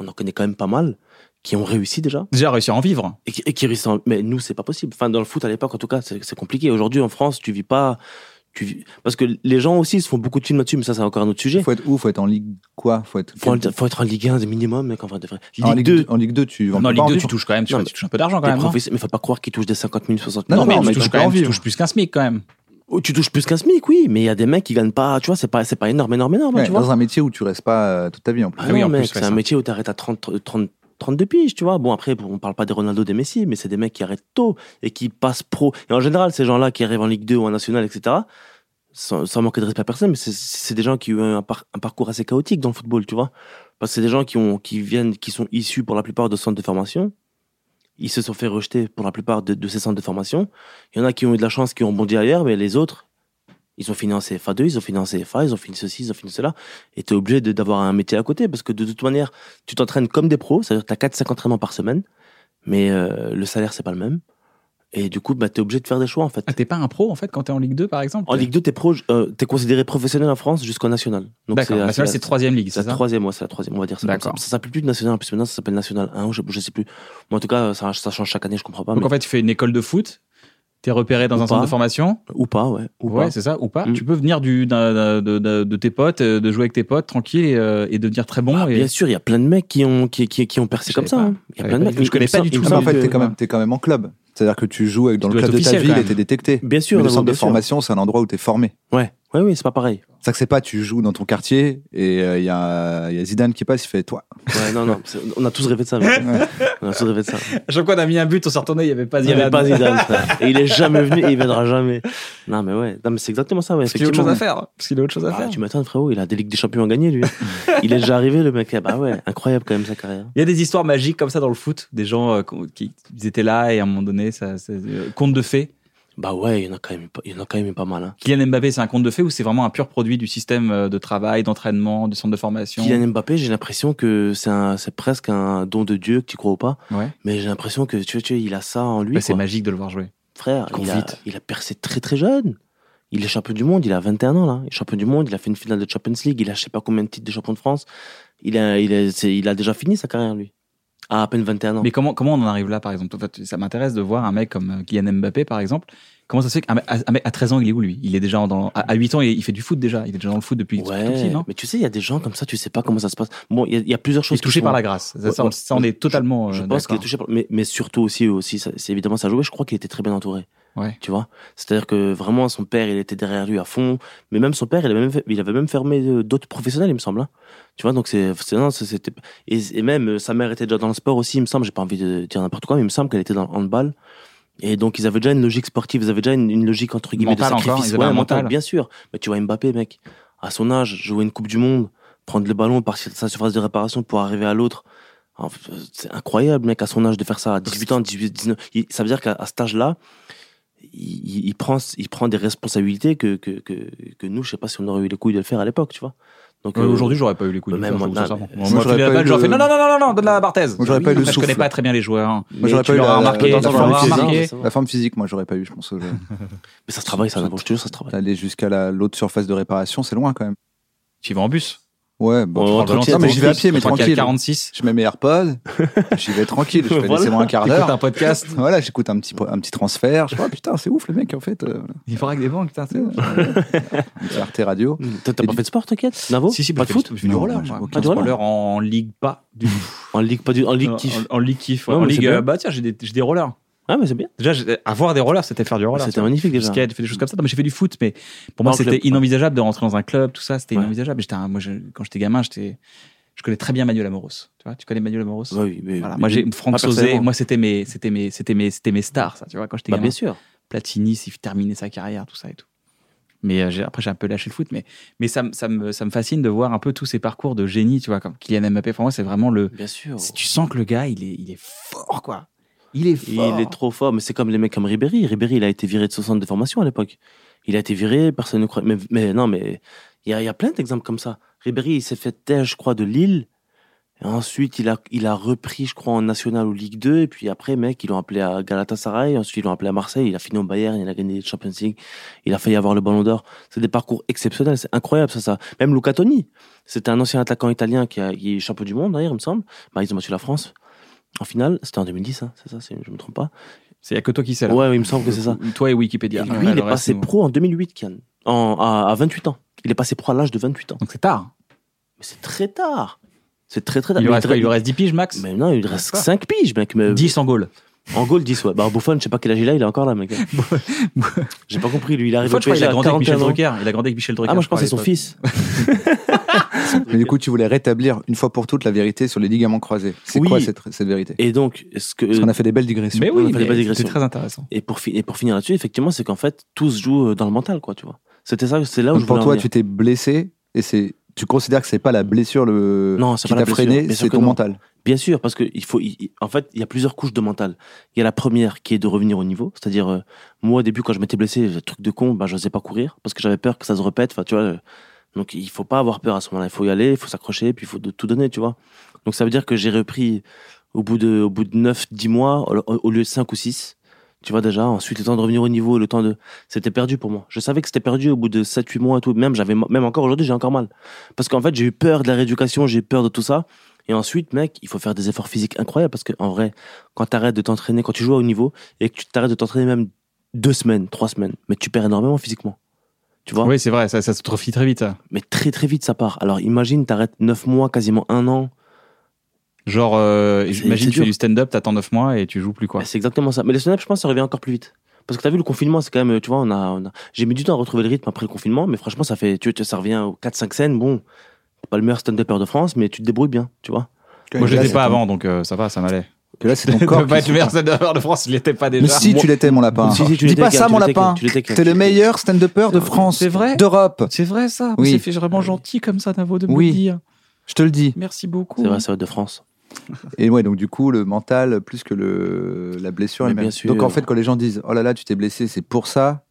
on en connaît quand même pas mal, qui ont réussi déjà Déjà, réussir à en vivre. et qui, et qui ressemble. Mais nous, c'est pas possible. Enfin, dans le foot à l'époque, en tout cas, c'est c'est compliqué. Aujourd'hui, en France, tu vis pas. Tu vis... Parce que les gens aussi se font beaucoup de films là-dessus, mais ça, c'est encore un autre sujet. Faut être où Faut être en Ligue quoi Faut être, Faut, faut être en Ligue 1 de minimum, mec, enfin, de vrai. Ligue, en Ligue 2, 2. En Ligue 2, tu vas Non, pas Ligue en 2, vivre. tu touches quand même, tu, Non, tu touches un peu d'argent quand des même. non professionnels- mais faut pas croire qu'ils touchent des 50 000, 60 hein. Non, mille Non, mais non, tu mais touches tu quand peux en même, tu vivre. touches plus qu'un SMIC quand même. Oh, tu touches plus qu'un SMIC, oui, mais il y a des mecs qui gagnent pas, tu vois, c'est pas, c'est pas énorme, énorme, énorme, Ouais, tu vois. Dans un métier où tu restes pas euh, toute ta vie en plus. Ah Ah oui, non, en mec, plus, ouais, c'est ça. un métier où t'arrêtes à 30, 30, 32 piges, tu vois. Bon, après, on parle pas des Ronaldo, des Messi, mais c'est des mecs qui arrêtent tôt et qui passent pro. Et en général, ces gens-là qui arrivent en Ligue 2 ou en National, etc., sans, sans manquer de respect à personne, mais c'est- c'est des gens qui ont eu un, par- un parcours assez chaotique dans le football, tu vois. Parce que c'est des gens qui, ont, qui viennent, qui sont issus pour la plupart de centres de formation. Ils se sont fait rejeter pour la plupart de, de ces centres de formation. Il y en a qui ont eu de la chance, qui ont bondi ailleurs, mais les autres, ils ont fini en CFA2, ils ont fini en CFA, ils ont fini ceci, ils ont fini cela. Et tu es obligé de- d'avoir un métier à côté parce que de toute manière, tu t'entraînes comme des pros, c'est-à-dire que tu as 4-5 entraînements par semaine, mais euh, le salaire, c'est pas le même. Et du coup, bah, tu es obligé de faire des choix en fait. Ah, T'es pas un pro en fait quand t'es en Ligue 2 par exemple En Ligue 2, t'es pro, euh, t'es considéré professionnel en France jusqu'au national. Donc D'accord, c'est- National c'est troisième ligue, C'est c'est la ça troisième, ouais, c'est la troisième, on va dire. ça comme D'accord. Ça, ça s'appelle plus de national, plus maintenant ça s'appelle national 1, je, je sais plus. Moi, en tout cas, ça, ça change chaque année, je comprends pas. Donc mais- en fait, tu fais une école de foot, t'es repéré dans Ou un centre pas. de formation, Ou pas, ouais. Ou ouais, pas. c'est ça, ou pas. Mm. Tu peux venir du, d'un- d'un- de, de- de tes potes, euh, de jouer avec tes potes tranquille et, euh, et devenir très bon. Ah, et... Bien sûr, il y a plein de mecs qui ont, qui, qui, qui ont percé Je comme savais ça. pas. hein. Il y a Je plein de savais mecs. pas. Je connais Il me pas du semble- tout Ah, mais il me en ça. semble fait, que- t'es quand, même- t'es quand même en club. C'est-à-dire que tu joues avec- dans Tu le dois club de être ta officiel, ville quand et t'es même. détecté. Bien sûr, Mais le d'avoir centre de bien sûr. formation, c'est un endroit où t'es formé. Ouais, ouais, oui, c'est pas pareil. C'est-à-dire que c'est pas tu joues dans ton quartier et euh, il y, a, il y a Zidane qui passe, il fait toi. Ouais, non, non, c'est- on a tous rêvé de ça. mec. Ouais. On a tous rêvé de ça. À chaque fois qu'on a mis un but, on s'est retourné, il n'y avait pas Il n'y avait Zidane. pas Zidane, frère. Et il est jamais venu et il viendra jamais. Non, mais ouais, non, mais c'est exactement ça, ouais. Parce qu'il a autre chose effectivement. à faire. hein. Parce qu'il a autre chose à Ah, faire. tu m'attends, frérot, il a des Ligues des Champions à gagner, lui. il est déjà arrivé, le mec. Ah, Bah ouais, incroyable quand même sa carrière. Il y a des histoires magiques comme ça dans le foot, des gens euh, qu'on- qui ils étaient là et à un moment donné, ça, ça- euh, conte de fées. Bah ouais, il y en a quand même, pas- il y en a quand même eu pas mal. Hein. Kylian Mbappé, c'est un conte de fées ou c'est vraiment un pur produit du système euh, de travail, d'entraînement, du centre de formation Kylian Mbappé, j'ai l'impression que c'est un- c'est presque un don de Dieu, que tu crois ou pas. Ouais. Mais j'ai l'impression que tu vois, tu vois, il a ça en lui. Bah, c'est quoi. magique de le voir jouer. Frère, Il court il a, vite. il a percé très très jeune. Il est champion du monde, il a 21 ans là. Il est champion du monde, il a fait une finale de Champions League, il a je sais pas combien de titres de champion de France. Il a, il a, c'est- il a déjà fini sa carrière lui. Ah, À à peine 21 ans. Mais comment, comment on en arrive là, par exemple En fait, Ça m'intéresse de voir un mec comme euh, Kylian Mbappé, par exemple. Comment ça se fait qu'un mec- à, un mec à 13 ans, il est où lui Il est déjà dans. À, à 8 ans, il, il fait du foot déjà. Il est déjà dans le foot depuis ouais, tout petit, non mais tu sais, il y a des gens comme ça, tu sais pas comment ça se passe. Bon, il y a- il y, a plusieurs Il est choses. qui touché sont- par la grâce. Ça, Ouais, ça, on- ouais. ça, on est totalement. Je euh, pense qu'il est d'accord. touché par. Mais, mais surtout aussi, aussi ça- c'est évidemment ça jouait. Je crois qu'il était très bien entouré. Ouais. Tu vois C'est-à-dire que vraiment, son père, il était derrière lui à fond. Mais même son père, il avait même, fait- il avait même fermé euh, d'autres professionnels, il me semble. hein. Tu vois Donc, c'est. c'est- non, c'est- c'était. Et, et même, euh, sa mère était déjà dans le sport aussi, il me semble. J'ai pas envie de dire n'importe quoi, mais il me semble qu'elle était dans le handball. Et donc, ils avaient déjà une logique sportive, ils avaient déjà une, une logique entre guillemets Mentale de encore, sacrifice. ils avaient un Ouais, mentale, mental. bien sûr. Mais tu vois, Mbappé, mec, à son âge, jouer une Coupe du Monde, prendre le ballon, partir de sa surface de réparation pour arriver à l'autre. En fait, C'est incroyable, mec, à son âge de faire ça, à 18 ans, 18, 19. Il- Ça veut dire qu'à à cet âge-là, il, il- il prend, il prend des responsabilités que, que, que, que nous, je sais pas si on aurait eu les couilles de le faire à l'époque, tu vois. Donc Euh, euh, Aujourd'hui, j'aurais pas eu les couilles. Même moi, maintenant, mais- hein. moi, Moi, moi, j'aurais Kylian pas Mbappé, eu j'aurais le- fait non, non, non, non, non, donne-la à Barthez. Moi, j'aurais Ah pas eu oui, le Je connais souffle. pas très bien les joueurs. mais Moi, j'aurais tu pas eu l'auras la- remarqué, la- tu la- l'auras la- remarqué. la- La forme physique, moi, j'aurais pas eu, je pense. euh, aujourd'hui. Mais ça se travaille, ça, je te jure, ça se travaille. D'aller jusqu'à la- l'autre surface de réparation, c'est loin quand même. Tu y vas en bus. Ouais, bon, Oh, je prends le tranquille, temps, mais j'y vais à pied, mais Tranquille, tranquille. 46. Je mets mes AirPods, j'y vais tranquille, je fais Voilà. laisser moi un quart T'écoutes un d'heure. podcast. Voilà, j'écoute un petit, po- un petit transfert. Je crois, putain, c'est ouf le mec, en fait. euh, Il fera que des banques, putain. tu sais, euh, Arte Radio. T'as t'as Et pas du- fait de sport, t'inquiète Navo Si, si, Oh, pas de foot Je fais du Non, roller. moi, j'ai moi. aucun Pas de roller. roller en ligue pas. Du En ligue, pas du, en ligue kiff. En, en ligue kiff. ouais. Ouais, en mais c'est ligue. bien. euh, bah tiens, j'ai des, j'ai des rollers. Ah, mais c'est bien. Déjà, j'ai- avoir des rollers, c'était faire du roller. C'était magnifique déjà. skate, j'ai fait des choses comme ça. Non, mais j'ai fait du foot, mais pour Dans moi, le c'était club, quoi. inenvisageable de rentrer dans un club, tout ça, c'était Ouais. inenvisageable. J'étais un- moi, je- quand j'étais gamin, j'étais, je connais très bien Manuel Amoros. Tu vois, tu connais Manuel Amoros? Ouais, oui, mais- bah, Voilà. mais- Moi, j'ai Franck Moi, Sauzé. personnellement. Moi, c'était mes, c'était mes, c'était mes, c'était mes stars, ça. Tu vois, quand j'étais Bah, gamin. bien sûr. Platini, s'il terminait sa carrière, tout ça et tout. Mais euh, j'ai- après, j'ai un peu lâché le foot, mais, mais ça, me- ça, me, ça me fascine de voir un peu tous ces parcours de génie, tu vois, comme Kylian Mbappé. Pour moi, c'est vraiment le. Bien sûr. Si tu sens que le gars, il est, il est fort, quoi. Il est fort. Il est trop fort, mais c'est comme les mecs comme Ribéry. Ribéry, il a été viré de son centre de formation à l'époque. Il a été viré, personne ne croit. Mais, mais non, mais il y a, il y a plein d'exemples comme ça. Ribéry, il s'est fait taire, je crois, de Lille. Et ensuite, il a, il a repris, je crois, en National ou Ligue 2. Et puis après, mec, ils l'ont appelé à Galatasaray. Ensuite, ils l'ont appelé à Marseille. Il a fini au Bayern. Il a gagné le Champions League. Il a failli avoir le Ballon d'Or. C'est des parcours exceptionnels. C'est incroyable, ça, ça. Même Luca Toni. C'était un ancien attaquant italien qui, a, qui est champion du monde, d'ailleurs, il me semble. Bah, ils ont battu la France. En finale, c'était en 2010, hein, c'est ça, c'est- je me trompe pas. C'est il y a que toi qui sais. là. Ouais, ouais, il me semble que c'est ça. Toi et Et Wikipédia. lui, Ouais, il le est reste, passé nous- pro en 2008, Kian. En- à, à 28 ans. Il est passé pro à l'âge de 28 ans. Donc c'est tard. Mais c'est très tard. C'est très très tard. Il lui Mais reste quoi Il lui reste 10 piges max Mais non, il lui reste D'accord. 5 piges, mec. Mais... euh, 10 en goal. En goal, 10, ouais. Bah, Buffon, je sais pas quel âge il a, il est encore là, mec. J'ai pas compris, lui, il Une arrive fois, au je crois qu'il PSG a à grandi avec Michel 41 ans. Drucker. Il a grandi avec Michel Drucker. Ah, moi, je pense que c'est crois, son à l'époque. fils. Mais du coup, tu voulais rétablir une fois pour toutes la vérité sur les ligaments croisés. C'est Oui. quoi cette, cette vérité Et donc, ce que. Euh, Parce qu'on a fait des belles digressions. Mais Ouais, oui, fallait pas mais digression. c'était très intéressant. Et pour, fi- et pour finir là-dessus, effectivement, c'est qu'en fait, tout se joue euh, dans le mental, quoi, tu vois. C'était ça, c'est là où Donc je pour voulais en toi, venir. tu t'es blessé et c'est tu considères que c'est pas la blessure le Non, c'est qui pas la t'a blessure. freiné, Bien sûr c'est que ton non. mental. Bien sûr, parce que il faut. il- il- en fait, il y a plusieurs couches de mental. Il y a la première qui est de revenir au niveau, c'est-à-dire euh, moi au début quand je m'étais blessé, le truc de con, bah je sais pas courir parce que j'avais peur que ça se répète. Enfin, tu vois. euh, donc il faut pas avoir peur à ce moment-là. Il faut y aller, il faut s'accrocher, puis il faut de- tout donner, tu vois. Donc ça veut dire que j'ai repris au bout de au bout de 9 10 mois au, au lieu de 5 ou 6. Tu vois déjà, ensuite le temps de revenir au niveau, le temps de c'était perdu pour moi. Je savais que c'était perdu au bout de 7 8 mois et tout, même j'avais même encore aujourd'hui, j'ai encore mal. Parce qu'en fait, j'ai eu peur de la rééducation, j'ai eu peur de tout ça. Et ensuite, mec, il faut faire des efforts physiques incroyables parce que, en vrai, quand t'arrêtes de t'entraîner, quand tu joues à haut niveau et que tu t'arrêtes de t'entraîner même deux semaines, trois semaines, mais tu perds énormément physiquement. Tu vois Oui, c'est vrai, ça, ça se trophie très vite. ça. Mais très très vite, ça part. Alors imagine, t'arrêtes neuf mois, quasiment un an. Genre, euh, C'est- j'imagine, c'est tu fais dur. du stand-up, t'attends 9 mois et tu joues plus, quoi. C'est exactement ça. Mais les stand-up, je pense, ça revient encore plus vite. Parce que t'as vu, le confinement, c'est quand même, tu vois, on a, on a- j'ai mis du temps à retrouver le rythme après le confinement, mais franchement, ça fait, tu vois, ça revient aux 4-5 scènes. Bon, t'es pas le meilleur stand-upper de France, mais tu te débrouilles bien, tu vois. Moi, je Là, l'étais c'est pas ton- avant, donc euh, ça va, ça m'allait. Que là, c'est Tu ton corps. peux pas qui être le meilleur stand-upper de France, il l'était pas déjà. Mais si Moi- tu l'étais, mon lapin. Si, si, Dis tu l'étais, pas Kian, ça, tu mon l'étais, lapin. Kian, tu l'étais, Kian, T'es tu le l'étais. meilleur stand-upper de C'est- France, c'est vrai. d'Europe. C'est vrai, ça. Oui. C'est fait vraiment gentil comme ça, Navo, de me Oui. le dire. Je te le dis. Merci beaucoup. C'est vrai, ça va de France. Et ouais, donc du coup, le mental plus que le la blessure Mais elle-même. bien sûr. Donc en fait, quand les gens disent "Oh là là, tu t'es blessé, c'est pour ça."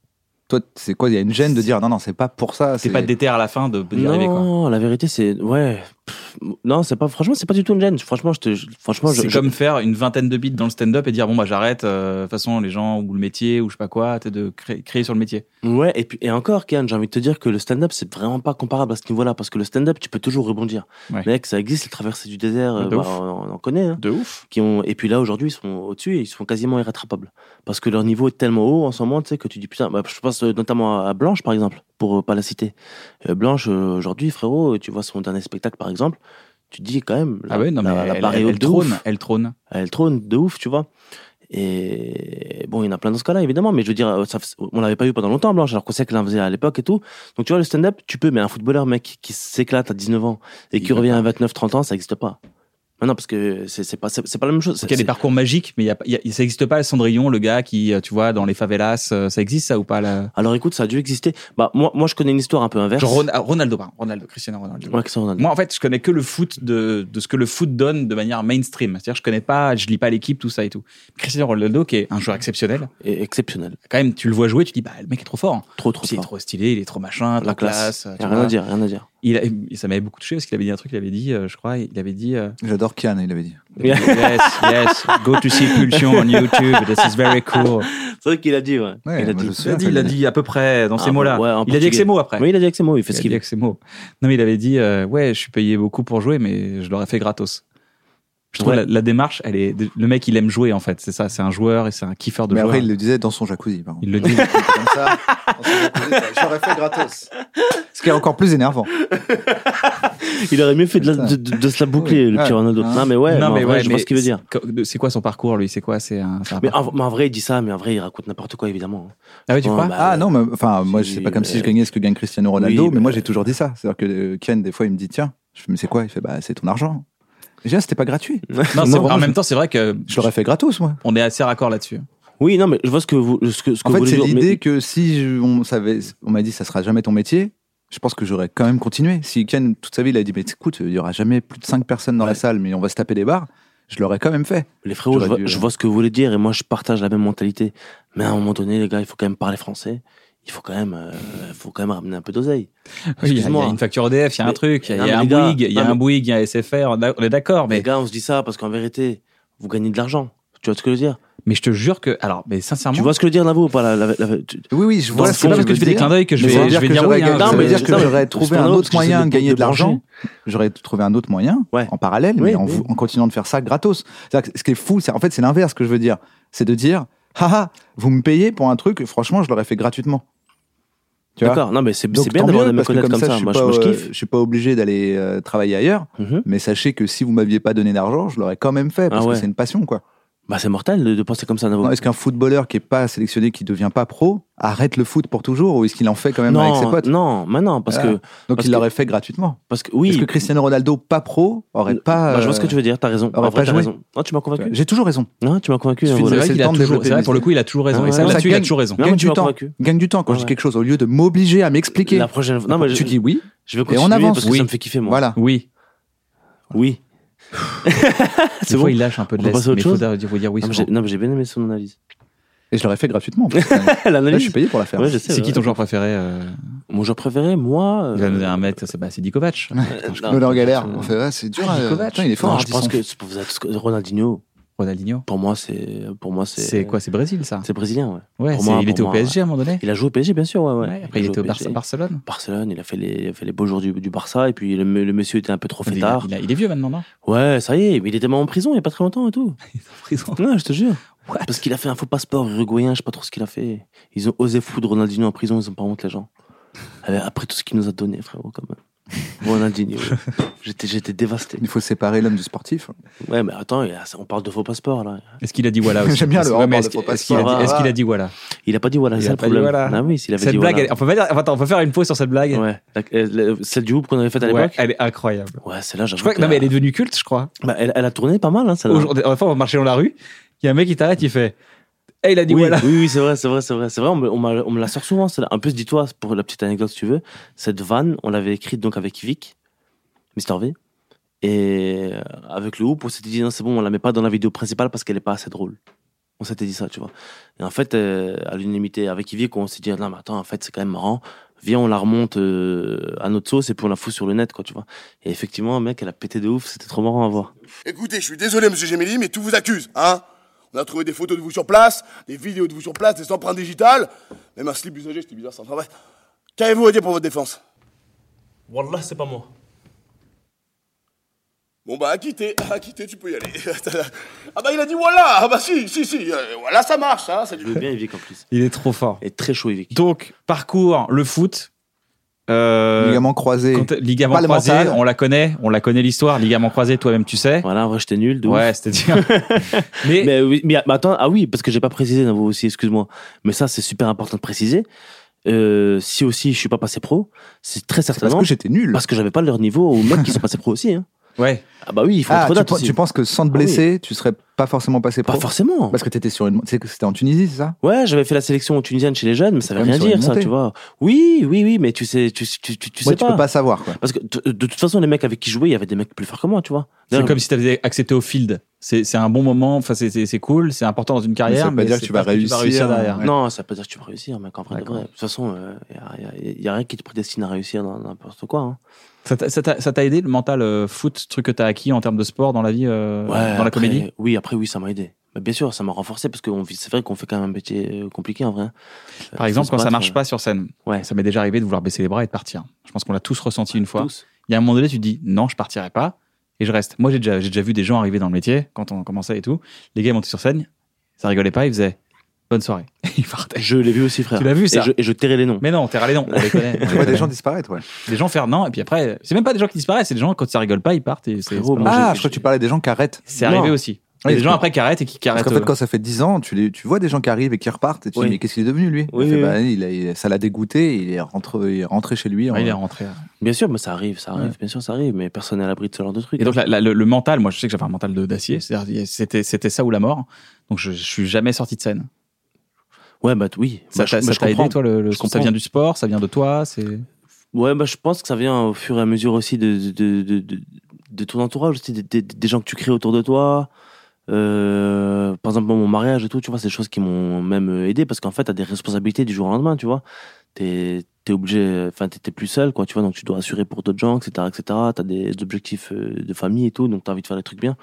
Toi, c'est quoi Il y a une gêne de dire "Non, non, c'est pas pour ça." C'est pas déter à la fin de d'y non, arriver, quoi. la vérité, c'est ouais. Pff, non, c'est pas. Franchement, c'est pas du tout une gêne. Franchement, je te. je- Franchement, je. C'est je- comme faire une vingtaine de bits dans le stand-up et dire bon bah j'arrête. euh, De toute façon les gens ou le métier ou je sais pas quoi, t'es de créer, créer sur le métier. Ouais. Et puis et encore, Kian, j'ai envie de te dire que le stand-up, c'est vraiment pas comparable à ce niveau-là, parce que le stand-up, tu peux toujours rebondir. Ouais. Mec, ça existe, les traversées du désert. euh, De bah, ouf. on, on en connaît. hein, De ouf. qui ont. Et puis là, aujourd'hui, ils sont au-dessus et ils sont quasiment irrattrapables, parce que leur niveau est tellement haut en ce moment, tu sais, que tu dis putain. bah, je pense euh, notamment à Blanche, par exemple, pour euh, pas la citer. Euh, Blanche, euh, aujourd'hui, frérot, tu vois son dernier spectacle, par exemple. Tu te dis quand même. Ah ouais non mais la- la elle, barre est elle- haute elle de ouf. trône, elle trône. elle trône de ouf, tu vois. Et bon, il y en a plein dans ce cas-là, évidemment, mais je veux dire, euh, ça, on l'avait pas eu pendant longtemps, Blanche, alors qu'on sait qu'elle en faisait à l'époque et tout. Donc, tu vois, le stand-up, tu peux, mais un footballeur, mec, qui s'éclate à 19 ans et Il qui peut revient pas. à 29, 30 ans, ça n'existe pas. Mais non, parce que c'est c'est pas, c'est c'est pas la même chose. Parce qu'il y a des parcours magiques mais il y a, pas- il y a- ça existe pas le Cendrillon, le gars qui euh, tu vois dans les favelas, euh, ça existe ça ou pas là Alors, écoute, ça a dû exister. Bah, moi, moi, je connais une histoire un peu inverse. Genre Ron- ah, Ronaldo, pardon, Ronaldo, Cristiano Ronaldo. Ouais, Cristiano Ronaldo. Moi en fait je connais que le foot de, de ce que le foot donne de manière mainstream. C'est-à-dire je connais pas, je lis pas l'équipe tout ça et tout. Cristiano Ronaldo qui est un joueur exceptionnel. Et exceptionnel. Quand même tu le vois jouer tu dis bah le mec est trop fort. Trop, trop Il est fort. trop stylé, il est trop machin, La trop classe. classe. Y tu a rien vois. à dire, rien à dire. Il a- et ça m'avait beaucoup touché parce qu'il avait dit un truc, il avait dit, euh, je crois, il avait dit euh, J'adore Kian, il avait dit. Yeah. Yes, yes, go to see Pulsion on YouTube, this is very cool. C'est vrai qu'il a dit, ouais. Ouais, il a moi, Il je dit. a sais, dit, il a dit à peu près dans Ah, ces mots-là. ouais, en il a dit avec portugais. ces mots après. Mais il a dit avec ses mots, il fait Il ce a qu'il dit veut. avec ces mots. Non, mais il avait dit, euh, ouais, je suis payé beaucoup pour jouer, mais je l'aurais fait gratos. Je trouve Ouais. la, la démarche, elle est. Le mec, il aime jouer en fait, c'est ça. C'est un joueur et c'est un kiffeur de Mais joueur. après, il le disait dans son jacuzzi. par contre. Il le dit. Comme ça, dans son jacuzzi, ça, j'aurais fait gratos. Ce qui est encore plus énervant. Il aurait mieux fait de, la- Putain. de, de- de se la boucler, le Ouais. petit Ronaldo. Hein. Non, mais ouais, mais en vrai, ouais, je vois ce qu'il veut dire. c'est- C'est quoi son parcours, lui C'est quoi C'est un. c'est un Mais parcours- en, mais en vrai, il dit ça, mais en vrai, il raconte n'importe quoi, évidemment. Ah ouais, tu Ouais, crois bah, Ah ouais. non, mais enfin, moi, Si, c'est pas comme si mais- je gagnais ce que gagne Cristiano Ronaldo, Oui, mais mais- moi, j'ai toujours dit ça. C'est-à-dire que euh, Kian, des fois, il me dit tiens, je fais mais c'est quoi Il fait bah, c'est ton argent. Déjà, c'était pas gratuit. Non, c'est- Non, en je- même temps, c'est vrai que Je l'aurais fait gratos, moi. on est assez raccord là-dessus. Oui, non, mais je vois ce que vous, ce que, ce que En fait, vous c'est voulez dire. mais- l'idée que si je- on savait, on m'a dit ça sera jamais ton métier, je pense que j'aurais quand même continué. Si Ken toute sa vie il a dit mais écoute, il y aura jamais plus de 5 personnes dans la Ouais. salle, mais on va se taper des barres, je l'aurais quand même fait. Les frérots, je J'aurais vois, dû, je euh, vois ce que vous voulez dire et moi je partage la même mentalité. Mais à un moment donné, les gars, il faut quand même parler français. Il faut quand même, euh, il faut quand même ramener un peu d'oseille. Oui, Il y a- il y, Excuse-moi. a une facture EDF, il y a un Mais- truc, il y a, non, il y a mais un les gars, Bouygues, il y a non, un mais- Bouygues, il y a un SFR. On a- on est d'accord, mais Les gars, on se dit ça parce qu'en vérité, vous gagnez de l'argent. Tu vois ce que je veux dire mais je te jure que alors, mais Tu sincèrement, vois ce que je veux dire, Navo, ou pas la- la- la- tu- Oui, oui, je Dans vois le ce fond, c'est que pas parce que tu je fais veux des dire. clins d'œil que je Ça vais, veut je dire vais que dire j'aurais oui. hein. gagné- Non, ça veut mais- dire que non, mais- j'aurais trouvé parce un que autre c'est moyen de de- gagner de de l'argent. J'aurais trouvé un autre moyen Ouais. en parallèle, Oui, mais en, oui. vou- en continuant de faire ça gratos. C'est-à-dire que ce qui est fou, c'est en fait c'est l'inverse que je veux dire. C'est de dire, haha, vous me payez pour un truc, franchement, je l'aurais fait gratuitement. Tu vois D'accord, non, mais c'est Donc, c'est bien tant d'avoir mieux, de me parce que connaître comme ça. Je suis, Moi, pas, je, moi, je euh, kiffe. je suis pas obligé d'aller euh, travailler ailleurs, Mhm. mais sachez que si vous m'aviez pas donné d'argent, je l'aurais quand même fait parce Ah ouais. que c'est une passion, quoi. Bah, c'est mortel de, de penser comme ça, Navo. Non, Est-ce qu'un footballeur qui est pas sélectionné, qui devient pas pro, arrête le foot pour toujours ou est-ce qu'il en fait quand même avec ses non, potes non, mais non, parce Ah. que, Donc parce il que- l'aurait fait gratuitement. parce que, oui. Est-ce que Cristiano Ronaldo pas pro aurait pas Bah, je vois ce que tu veux dire, t'as raison. aurait En vrai, pas t'as joué. raison. Non, tu m'as euh, convaincu. J'ai toujours raison. Non, tu m'as convaincu, hein, Je Navo. suis C'est désolé, Non, vrai c'est qu'il le a temps de toujours- développer c'est vrai, les pour le coup, il a toujours raison. Ah et ça, ouais, là-dessus, ça il a gagne. toujours raison. mais Gagne tu du m'as temps. convaincu. Gagne du temps quand Ouais. j'ai quelque chose au lieu de m'obliger à m'expliquer. La prochaine fois. Non, mais tu je, dis oui, je vais et continuer on avance. parce que Oui. ça me fait kiffer, moi. voilà. Oui, Oui. Ah, c'est C'est bon. bon. Il lâche un peu de On peut l'est, passer à mais autre il faut chose dire, faut dire oui. Non, mais souvent. j'ai- non, mais j'ai bien aimé son analyse. Et je l'aurais fait gratuitement. en fait. Là, je suis L'analyse payé pour la faire. Ouais, je sais. C'est qui ouais. ton joueur préféré euh, Mon joueur préféré, moi. euh, Il va nous dire un mec, c'est bah, c'est Di Kovac. euh, Nous, on est en galère. Non, On fait, ah, c'est dur. Ah, euh, Djokovic. putain, il est fort. Non, hein, je dis pense son- que c'est- vous êtes tous- Ronaldinho, Ronaldinho. pour moi, c'est. Pour moi, c'est. C'est quoi C'est Brésil, ça C'est brésilien, ouais. Ouais, pour c'est- moi, il pour était au moi, PSG à un moment donné. Il a joué au PSG, bien sûr, ouais, ouais. Ouais, Après, il a était au joué Barça- PSG. Barcelone. Barcelone, il a fait les, il a fait les beaux jours du, du Barça, et puis le, le monsieur était un peu trop Il est- fêtard. il a- il est vieux maintenant, non Ouais, ça y est, mais il était même en prison il y a pas très longtemps et tout. Il est en prison. Non, je te jure. What Parce qu'il a fait un faux passeport uruguayen, je sais pas trop ce qu'il a fait. Ils ont osé foutre Ronaldinho en prison, ils ont pas honte, les gens. Euh, Après tout ce qu'il nous a donné, frérot, quand même. Ronaldinho, j'étais, j'étais dévasté. Il faut séparer l'homme du sportif. Ouais, mais attends, il a- on parle de faux passeport, là. Est-ce qu'il a dit voilà aussi J'aime bien le Ouais, rapport mais de est-ce qu'il- faux Est-ce qu'il a passeport. dit- est-ce qu'il a dit voilà Il a pas dit voilà, Il c'est a ça le pas dit problème. voilà. Ah oui, s'il avait Cette dit blague, voilà. elle- on peut pas dire. Attends, on peut faire une pause sur cette blague. Ouais, La- euh, le- celle du hoop qu'on avait faite à Ouais, l'époque. elle est incroyable. Ouais, celle-là, j'avoue. Je crois que, non, mais elle est devenue culte, je crois. Bah, elle, elle a tourné pas mal, hein, celle-là. Aujourd'hui, enfin, on va marcher dans la rue, il y a un mec qui t'arrête, il fait Eh, il a dit oui, voilà. oui, oui, c'est vrai, c'est vrai, c'est vrai. C'est vrai, on me, on m'a- on me la sort souvent. celle-là. En plus, dis-toi, pour la petite anecdote, si tu veux, cette vanne, on l'avait écrite donc avec Vic, Mister V. Et euh, avec le hoop, on s'était dit, non, c'est bon, on la met pas dans la vidéo principale parce qu'elle est pas assez drôle. On s'était dit ça, tu vois. Et en fait, euh, à l'unanimité, avec Vic, on s'est dit, non, mais attends, en fait, c'est quand même marrant. Viens, on la remonte euh, à notre sauce et puis on la fout sur le net, quoi, tu vois. Et effectivement, mec, elle a pété de ouf, c'était trop marrant à voir. Écoutez, je suis désolé, monsieur Gemelli, mais tout vous accuse, hein On a trouvé des photos de vous sur place, des vidéos de vous sur place, des empreintes digitales, même un slip usagé, c'était bizarre ça. Enfin bref. Qu'avez-vous à dire pour votre défense Wallah, c'est pas moi. Bon bah, acquitté, acquitté, tu peux y aller. ah bah, il a dit voilà Ah bah, si, si, si, euh, voilà, ça marche, hein, c'est du. Je veux bien Vic en plus. Il est trop fort. Et très chaud, Vic. Donc, parcours, le foot. euh, Ligament croisé. quand- ligament pas le croisé, mental. on la connaît, on la connaît l'histoire. Ligament croisé, toi-même, tu sais. Voilà, en vrai, j'étais nul. De ouf. Ouais, c'était dur. Mais, Mais, oui, mais attends, ah oui, parce que j'ai pas précisé, vous aussi, excuse-moi. Mais ça, c'est super important de préciser. Euh, si aussi je suis pas passé pro, c'est très C'est Parce certainement que j'étais nul. parce que j'avais pas leur niveau aux mecs qui sont passés pro aussi. Hein. ouais, Ah bah oui, il faut Ah, être tu, honnête pen- aussi. tu penses que sans te Ah oui. blesser, tu serais pas forcément passé Pas pro forcément. Parce que t'étais sur une. Tu sais que c'était en Tunisie, c'est ça Ouais, j'avais fait la sélection tunisienne chez les jeunes, mais ça veut Quand même rien sur une dire, ça, montée. tu vois. Oui, oui, oui, mais tu sais, tu, tu, tu, tu Ouais, sais tu pas. peux pas savoir. Quoi. Parce que t- de toute façon, les mecs avec qui je jouais, il y avait des mecs plus forts que moi, tu vois. c'est D'ailleurs, comme si t'avais accepté au field. C'est c'est un bon moment, enfin, c'est- c'est c'est cool, c'est important dans une carrière. veut pas dire que c'est tu vas pas ce réussir, derrière. Ouais. Non, ça veut pas dire que tu vas réussir, mec. En vrai, de euh, D'accord. vrai. De toute façon, il n'y a, y a rien qui te prédestine à réussir dans n'importe quoi. hein. Ça t'a- Ça t'a ça t'a aidé le mental euh, foot, ce truc que t'as acquis en termes de sport dans la vie, euh, Ouais, dans la après- comédie Oui, après, oui, ça m'a aidé. Bah, bien sûr, ça m'a renforcé parce que on vit- c'est vrai qu'on fait quand même un métier euh, compliqué en vrai. Euh, faut Par exemple, se quand ça battre, marche euh, pas sur scène, Ouais. ça m'est déjà arrivé de vouloir baisser les bras et de partir. Je pense qu'on l'a tous ressenti une fois. tous. Il y a un moment donné, tu te dis non, je partirai pas et je reste. Moi, j'ai déjà, j'ai déjà vu des gens arriver dans le métier quand on commençait et tout. Les gars ils montaient sur scène, ça rigolait pas, ils faisaient bonne soirée. Ils partaient. Je l'ai vu aussi, frère. Tu l'as vu, ça Et je, et je tairai les noms. Mais non, t'es râlé, non, on les connaît. on les Tu vois connaît. des gens disparaître, ouais. Des gens faire non, et puis après, c'est même pas des gens qui disparaissent, c'est des gens quand ça rigole pas, ils partent et c'est. Frérot, c'est pas moi, mal. Ah, j'ai- je crois que tu parlais des gens qui arrêtent. C'est non. arrivé aussi. Il y a des gens après qui arrêtent et qui, qui Parce arrêtent. qu'en fait, euh, quand ça fait 10 ans, tu, les, tu vois des gens qui arrivent et qui repartent, et tu Oui. dis, mais qu'est-ce qu'il est devenu, lui Oui, Il fait, oui, bah, il a- il- Ça l'a dégoûté, il est, rentré, il est rentré chez lui. en- ouais, il est rentré. Bien sûr, mais ça arrive, ça arrive, Ouais. bien sûr, ça arrive. Mais personne n'est à l'abri de ce genre de truc. Et donc la- la- le, le mental, moi je sais que j'avais un mental de- d'acier, c'est-à-dire, il y a- c'était c'était ça ou la mort. Donc je, je suis jamais sorti de scène. ouais, bah t- oui. Ça Bah, je- t'a bah, ça je t'a aidé comprends. toi le, le- Je ça comprends. vient du sport, ça vient de toi, c'est Ouais, bah, je pense que ça vient au fur et à mesure aussi de, de, de, de, de ton entourage, aussi, des, des- des gens que tu crées autour de toi. Euh, par exemple, moi, mon mariage et tout, tu vois, c'est des choses qui m'ont même euh, aidé parce qu'en fait, t'as des responsabilités du jour au lendemain, tu vois. T'es es obligé, euh, enfin, t'es t'es plus seul, quoi, tu vois, donc tu dois assurer pour d'autres gens, etc., etc. T'as des objectifs euh, de famille et tout, donc t'as envie de faire des trucs bien.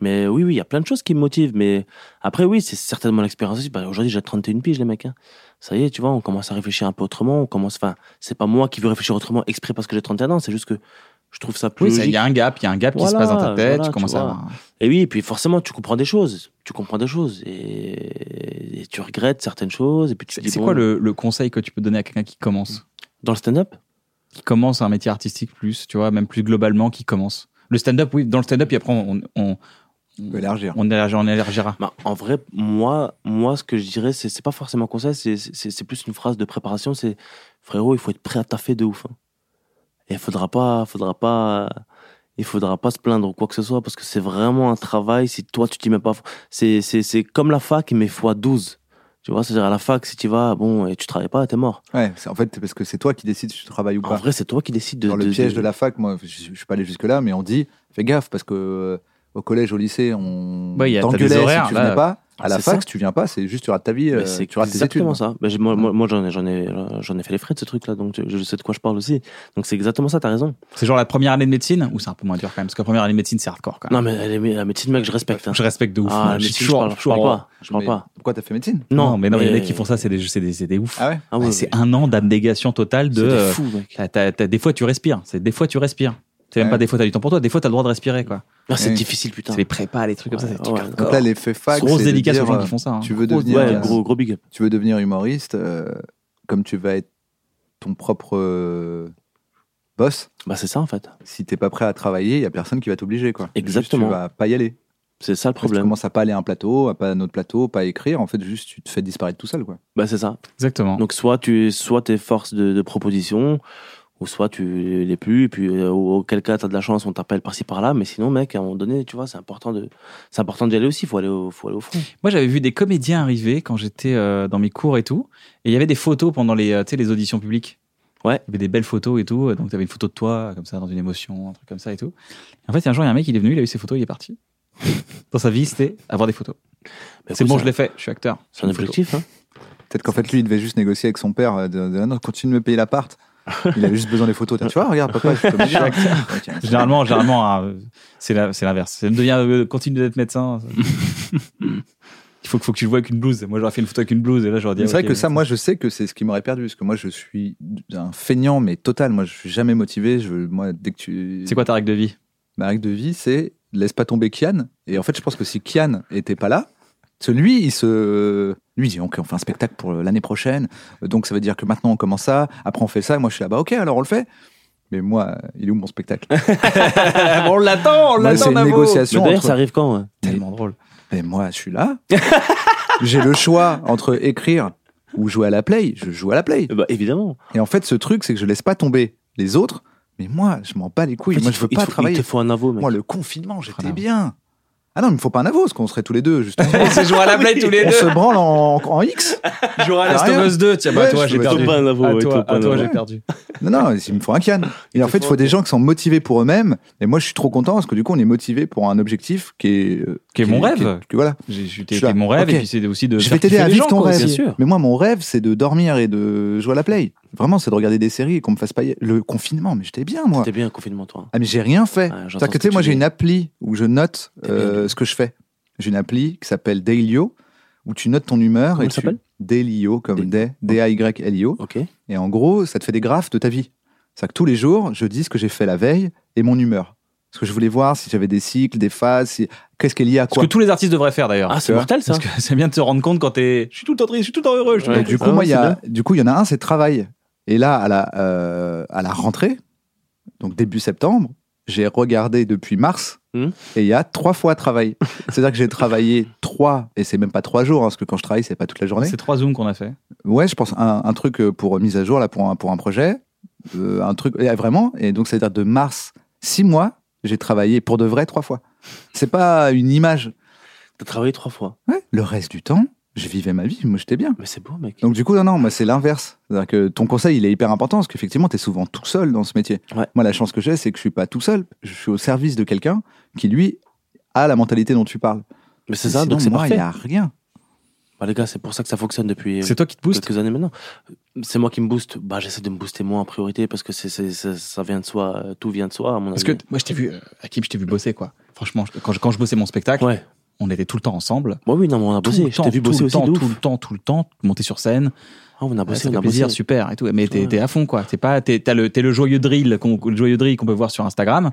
Mais oui, oui, il y a plein de choses qui me motivent, mais après, oui, c'est certainement l'expérience aussi. Bah, Aujourd'hui, j'ai 31 piges, les mecs, hein. Ça y est, tu vois, on commence à réfléchir un peu autrement, on commence, enfin, c'est pas moi qui veux réfléchir autrement exprès parce que j'ai 31 ans, c'est juste que je trouve ça plus oui, ça- il logique. y a un gap, il y a un gap qui se Voilà, passe dans ta tête, voilà, tu commences tu à vois. avoir- Et oui, et puis forcément, tu comprends des choses. Tu comprends des choses et, et tu regrettes certaines choses. Et puis tu te C'est dis, c'est bon, quoi le, le conseil que tu peux donner à quelqu'un qui commence Dans le stand-up qui commence un métier artistique plus, tu vois, même plus globalement qui commence. Le stand-up, oui, dans le stand-up, et après on on, On peut élargir. on, élargira- on élargira. Bah, En vrai, moi, moi, ce que je dirais, c'est c'est pas forcément un conseil, c'est- c'est c'est plus une phrase de préparation. C'est frérot, il faut être prêt à taffer de ouf. hein. Et il faudra pas, faudra pas, il faudra pas se plaindre ou quoi que ce soit parce que c'est vraiment un travail. Si toi, tu t'y mets pas, c'est c'est- c'est comme la fac, mais fois 12. Tu vois, c'est-à-dire à la fac, si tu vas, bon, et tu travailles pas, t'es mort. Ouais, c'est- en fait, c'est parce que c'est toi qui décides si tu travailles ou En pas. vrai, c'est toi qui décides de. Dans le de- piège de- de la fac, moi, je, je suis pas allé jusque-là, mais on dit, fais gaffe, parce que euh, au collège, au lycée, on Ouais, il y a- t'as des t'engueulait horaires, si tu là. venais pas. À la C'est fac, ça. si tu viens pas, c'est juste tu rates ta vie, Mais euh, c'est tu rates tes études. exactement ça. Ben, j'ai- moi, moi, moi, j'en ai, j'en ai, j'en ai fait les frais de ce truc-là, donc je, je sais de quoi je parle aussi. Donc c'est exactement ça, t'as raison. C'est genre la première année de médecine ou c'est un peu moins dur quand même parce que la première année de médecine c'est hardcore Bah. quand même. Non, mais elle est- mais la médecine, mec, je respecte. hein. Je respecte de ouf. Ah, moi, je la suis médecine, je toujours- parle, je parle toujours- pas. Je parle Mais pas. Pourquoi t'as fait médecine Non, mais non, mais les mecs qui font ça, c'est des, c'est des, c'est des ouf. Ah ouais Ah ouais, c'est ouais. un an d'abnégation totale de. C'est des euh, fous, mec. t'as- t'as- t'as- des fois, tu respires. C'est des fois, tu respires. C'est même Ouais. pas des fois, t'as du temps pour toi. Des fois, t'as le droit de respirer, quoi. Ah, c'est Oui. difficile, putain. C'est les prépas, les trucs comme ça. C'est Ouais, des trucs ouais. hardcore. Donc là, l'effet fac, Grosse c'est de dédicace dire, aux gens euh, qui font ça. hein. Tu veux Gros- devenir, ouais, euh, gros, gros big up. tu veux devenir humoriste, euh, comme tu vas être ton propre euh, boss. Bah, c'est ça, en fait. Si t'es pas prêt à travailler, il y a personne qui va t'obliger, quoi. Juste, Exactement. tu vas pas y aller. C'est ça le Parce que tu problème. commences à pas aller à un plateau, à pas à un autre plateau, pas à écrire. En fait, juste tu te fais disparaître tout seul, quoi. Bah, c'est ça. Exactement. Donc, soit tu soit es force de, de proposition, ou soit tu l'es plus, et puis euh, au- auquel cas t'as de la chance, on t'appelle par-ci par-là, mais sinon, mec, à un moment donné, tu vois, c'est important de, c'est important d'y aller aussi, faut aller au, faut aller au front. Moi, j'avais vu des comédiens arriver quand j'étais euh, dans mes cours et tout. Et il y avait des photos pendant les, euh, tu sais, les auditions publiques. Ouais. Il y avait des belles photos et tout. Donc, t'avais une photo de toi, comme ça, dans une émotion, un truc comme ça et tout. Et en fait, un jour, il y a un mec, il est venu, il a eu ses photos, il est parti. Dans sa vie, c'était avoir des photos. Bah, C'est écoute, bon, ça- je l'ai fait. Je suis acteur. C'est un objectif, hein. Peut-être qu'en fait, lui, il devait juste négocier avec son père. euh, De, de- Ah non, continue de me payer l'appart. Il avait juste besoin des photos. T'as- Tu vois, regarde, papa, je suis comédien. Ok. Généralement, généralement, hein, euh, c'est la- c'est l'inverse. Ça devient euh, continue d'être médecin. ça. Il faut, que- faut que tu le vois avec une blouse. Moi, j'aurais fait une photo avec une blouse et là, j'aurais dit. Mais C'est vrai ok, que ça, médecin. moi, je sais que c'est ce qui m'aurait perdu. Parce que moi, je suis un feignant, mais total. Moi, je suis jamais motivé. Je, moi, dès que tu. C'est quoi ta règle de vie Ma règle de vie, c'est laisse pas tomber Kian. Et en fait, je pense que si Kian était pas là, parce que lui, il se. Lui, il dit Ok, on fait un spectacle pour l'année prochaine. Donc, ça veut dire que maintenant, on commence ça. Après, on fait ça. Et moi, je suis là, bah, ok, alors on le fait. Mais moi, il est où mon spectacle Ah, On l'attend, on Moi, C'est une Mais négociation. d'ailleurs, entre- ça arrive quand, ouais Tellement drôle. Mais moi, je suis là. J'ai le choix entre écrire ou jouer à la play. Je joue à la play. Eh Bah, évidemment. Et en fait, ce truc, c'est que je laisse pas tomber les autres. Mais moi, je m'en bats les couilles. En fait, moi, il je faut- veux il pas te faut- travailler. Il te faut un avo, mec. Moi, le confinement, j'étais Voilà. bien. Ah non, il me faut pas un avos, qu'on serait tous les deux, justement. On se joue à la play tous les On deux. se branle en, en X. Jouer à Last of Us 2. Tiens, bah, toi, j'ai perdu. Pas un avo, À ouais, toi, pas un à toi, avo. j'ai perdu. Non, non, il me faut un can. Et en fait, il faut des gens qui sont motivés pour eux-mêmes. Et moi, je suis trop content parce que du coup, on est motivé pour un objectif qui est euh, Qui est mon rêve. qui- voilà. J'ai j'ai Je suis là. été mon rêve Ok. et puis c'est aussi de. je faire vais t'aider kiffer à les vivre gens, ton quoi, rêve. Bien sûr. Mais moi, mon rêve, c'est de dormir et de jouer à la play. Vraiment, c'est de regarder des séries et qu'on me fasse payer. Le confinement, mais j'étais bien, moi. T'es bien confinement, toi. Ah, mais j'ai rien fait. Ah, j'entends C'est-à-dire que, ce tu sais, que moi, tu j'ai dis. une appli où je note T'es bien, euh, lui. ce que je fais. J'ai une appli qui s'appelle Dailyo, où tu notes ton humeur. Comment et elle tu- s'appelle Dailyo, comme D- D-A-Y-L-I-O. Ok. Et en gros, ça te fait des graphes de ta vie. C'est-à-dire que tous les jours, je dis ce que j'ai fait la veille et mon humeur. Ce que je voulais voir, si j'avais des cycles, des phases, si- qu'est-ce qui est lié à Ce quoi. que tous les artistes devraient faire d'ailleurs. Ah, Tu c'est vois mortel, ça. Parce que c'est bien de se rendre compte quand t'es. Je suis tout le temps triste, je suis tout le temps heureux. je suis tout le Ouais. Et temps du triste. coup, Ah, moi, il y c'est a, bien. du coup, il y en a un, c'est travail. Et là, à la, euh, à la rentrée, donc début septembre, j'ai regardé depuis mars Hmm. et il y a trois fois travail. C'est-à-dire que j'ai travaillé trois, et c'est même pas trois jours, hein, parce que quand je travaille, c'est pas toute la journée. C'est trois zooms qu'on a fait. Ouais, je pense un, un truc euh, pour mise à jour là pour un, pour un projet, euh, un truc et, euh, vraiment. Et donc c'est-à-dire de mars six mois, j'ai travaillé pour de vrai trois fois. C'est pas une image. T'as travaillé trois fois. Ouais. Le reste du temps, je vivais ma vie, moi j'étais bien. Mais c'est beau, mec. Donc du coup non non, moi c'est l'inverse. C'est-à-dire que ton conseil il est hyper important parce qu'effectivement t'es souvent tout seul dans ce métier. Ouais. Moi la chance que j'ai c'est que je suis pas tout seul. Je suis au service de quelqu'un qui lui a la mentalité dont tu parles. Mais c'est Mais ça, sinon, donc c'est moi il parfait. y a rien. Bah, les gars, c'est pour ça que ça fonctionne depuis euh, C'est toi qui te booste. quelques années maintenant. C'est moi qui me booste. Bah, j'essaie de me booster moi en priorité parce que c'est, c'est- ça, ça vient de soi, euh, tout vient de soi, à mon Parce que avis. t- moi, je t'ai vu, euh, Akib, je t'ai vu bosser, quoi. Franchement, je- quand, je, quand je bossais mon spectacle, Ouais. on était tout le temps ensemble. Moi, oui, non, mais on a Tout bossé. le Je temps, t'ai vu tout bosser le aussi temps, de tout ouf. le temps, tout le temps, monter sur scène. Ah, on a Ouais, bossé, ça on fait a plaisir, bossé. super et tout. Mais t'es Ouais. t'es à fond, quoi. T'es pas, t'es- t'as le, t'es le joyeux drill, qu'on- le joyeux drill qu'on peut voir sur Instagram.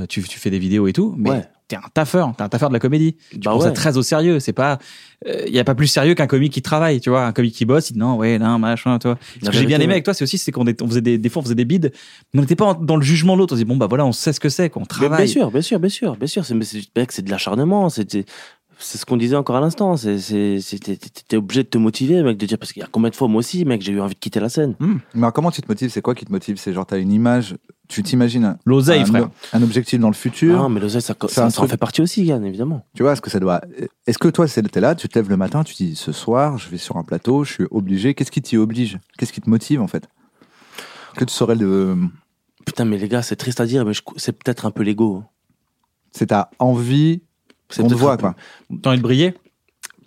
Euh, tu, tu fais des vidéos et tout, mais Ouais. t'es un taffeur, t'es un taffeur de la comédie. Tu Bah prends ça ouais. très au sérieux. C'est pas, il y a pas plus sérieux qu'un comique qui travaille, tu vois. Un comique qui bosse, il dit non, ouais, non, machin, toi. Ce La que j'ai bien vérité, aimé ouais. avec toi, c'est aussi, c'est qu'on est- on faisait des, des fois, on faisait des bides. mais On n'était pas en- dans le jugement de l'autre. On se dit bon, bah voilà, on sait ce que c'est, qu'on Mais travaille. Bien sûr, bien sûr, bien sûr, bien sûr. C'est, mais c'est, mec, c'est de l'acharnement. C'est, c'est- c'est ce qu'on disait encore à l'instant. C'est, c'est, c'est- t'es, t'es- t'es obligé de te motiver, mec, de dire parce qu'il y a combien de fois moi aussi, mec, j'ai eu envie de quitter la scène. Mais alors, comment tu te motives C'est quoi qui te motive C'est genre t'as une image, tu t'imagines L'oseille, un, frère. un objectif dans le futur. Ah, mais l'oseille, ça, C'est ça, un ça en truc- fait partie aussi, Yann, évidemment. Tu vois, est-ce que ça doit. Est-ce que toi, c'est- t'es là, tu te lèves le matin, tu dis ce soir, je vais sur un plateau, je suis obligé. Qu'est-ce qui t'y oblige Qu'est-ce qui te motive en fait Que tu saurais le. Putain, mais les gars, c'est triste à dire, mais je- c'est peut-être un peu l'ego. hein. C'est ta envie. C'est On te peut-être voit un peu- quoi. T'as envie de briller,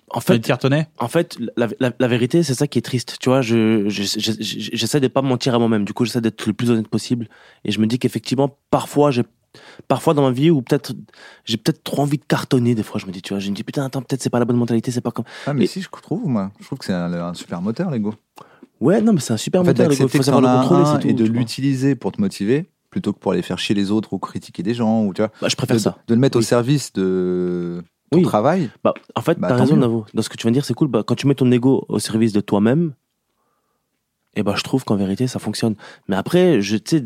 En t'as envie de fait, cartonner. en fait, la, la- la vérité, c'est ça qui est triste. Tu vois, je, je- je- je- j'essaie de pas mentir à moi-même. Du coup, j'essaie d'être le plus honnête possible. Et je me dis qu'effectivement, parfois, j'ai, parfois dans ma vie, ou peut-être, j'ai peut-être trop envie de cartonner. Des fois, je me dis, tu vois, je me dis, putain, attends, peut-être c'est pas la bonne mentalité, c'est pas comme. Ah, mais Et- si, je trouve, moi. Je trouve que c'est un, un super moteur, l'ego. Ouais, non, mais c'est un super En fait, modèle. le gars. d'accepter Il que faut t'en savoir le as contrôler, un c'est tout. et de tu vois. l'utiliser pour te motiver plutôt que pour aller faire chier les autres ou critiquer des gens ou tu vois. Bah, je préfère de, ça. de le mettre au Oui. service de ton Oui. travail. Bah, en fait, Bah, t'as tant raison, mieux. Navo. Dans ce que tu viens de dire, c'est cool. Bah, quand tu mets ton ego au service de toi-même, et ben je trouve qu'en vérité, ça fonctionne. Mais après, je, tu sais,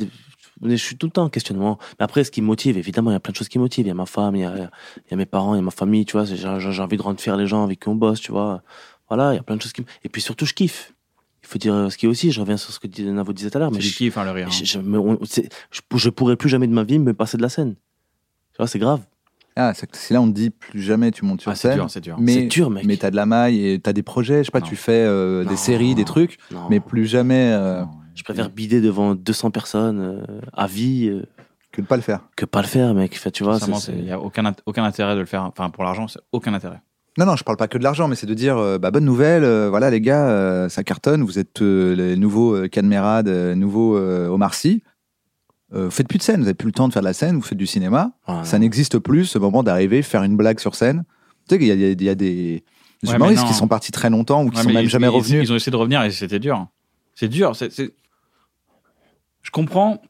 je suis tout le temps en questionnement. Mais après, ce qui me motive, évidemment, il y a plein de choses qui me motivent. Il y a ma femme, il y a, il y a mes parents, il y a ma famille, tu vois. c'est- J'ai j'ai envie de rendre fier les gens avec qui on bosse, tu vois. Voilà, il y a plein de choses qui me... Et puis surtout, je kiffe. Il faut dire euh, ce qui est aussi, je reviens sur ce que dis- Navo disait tout à l'heure, mais C'est je, du kiff, hein, le rire. hein. je, je, mais on- c'est- je, je pourrais plus jamais de ma vie me passer de la scène. Tu vois, c'est grave. Ah, c'est que si là on te dit plus jamais tu montes sur Ah, c'est scène. dur, c'est dur. Mais, C'est dur, mec. mais t'as de la maille et t'as des projets, je sais pas, Non. tu fais euh, des Non. séries, des trucs, Non. mais plus jamais euh, Je préfère bider devant 200 personnes euh, à vie euh, que de pas le faire. que pas le faire, mec. Enfin, bah, tu vois, Sincèrement, c'est- c'est- c'est- il y a aucun, int- aucun intérêt de le faire. Enfin, pour l'argent, c'est aucun intérêt. Non, non, je parle pas que de l'argent, mais c'est de dire, euh, bah, bonne nouvelle, euh, voilà les gars, euh, ça cartonne, vous êtes euh, les nouveaux euh, Cadmerade, euh, nouveaux euh, Omar Sy. Euh, faites plus de scène, vous avez plus le temps de faire de la scène, vous faites du cinéma. Voilà. Ah Ça n'existe plus, ce moment d'arriver, faire une blague sur scène. Tu sais qu'il y a, il y a- il y a des des Ouais, humoristes mais non. qui sont partis très longtemps ou qui Ouais, sont mais même ils- jamais ils- revenus. Ils ont essayé de revenir et c'était dur. C'est dur. c'est- c'est- Je comprends.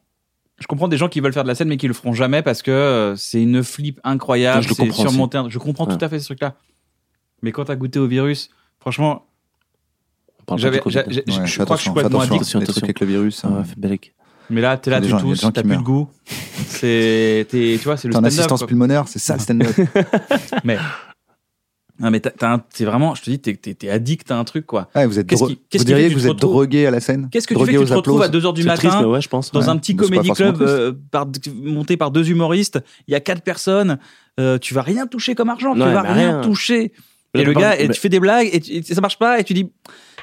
Je comprends des gens qui veulent faire de la scène mais qui le feront jamais parce que euh, c'est une flip incroyable. Je le c'est comprends surmonté un- Je comprends Ouais. tout à fait ce truc-là. Mais quand t'as goûté au virus, franchement, On parle pas j'avais, du Covid. j'a- j'a- Ouais, je- je fais crois que je suis attention, fais complètement attention, addict. addiction, des trucs attention. avec le virus. Ah hein. ouais, fais Belek. Mais là, t'es Il y a là, des tu gens- il y a des tousses, gens t'as qui plus de meurent. goût. C'est, t'es, tu vois, c'est le T'es en stand-up. assistance quoi. pulmonaire, c'est ça le stand-up. Non, mais t'as- t'as un- t'es vraiment, je te dis, t'es, t'es- t'es addict à un truc, quoi. Ouais, vous êtes Qu'est-ce dro- qui- qu'est-ce vous qui fait diriez que tu que te vous êtes retrouves- drogué à la scène Qu'est-ce que tu drogué fais que aux tu te retrouves à applauses. 2h du C'est matin triste, mais ouais, je pense. dans Ouais, un petit mais c'est pas comédie forcément club euh, par, monté par deux humoristes, il y a quatre personnes, euh, tu vas rien toucher comme argent, Ouais, tu vas mais rien rien. toucher. Mais et le la plupart- gars, et mais- tu fais des blagues et, tu- et ça marche pas et tu dis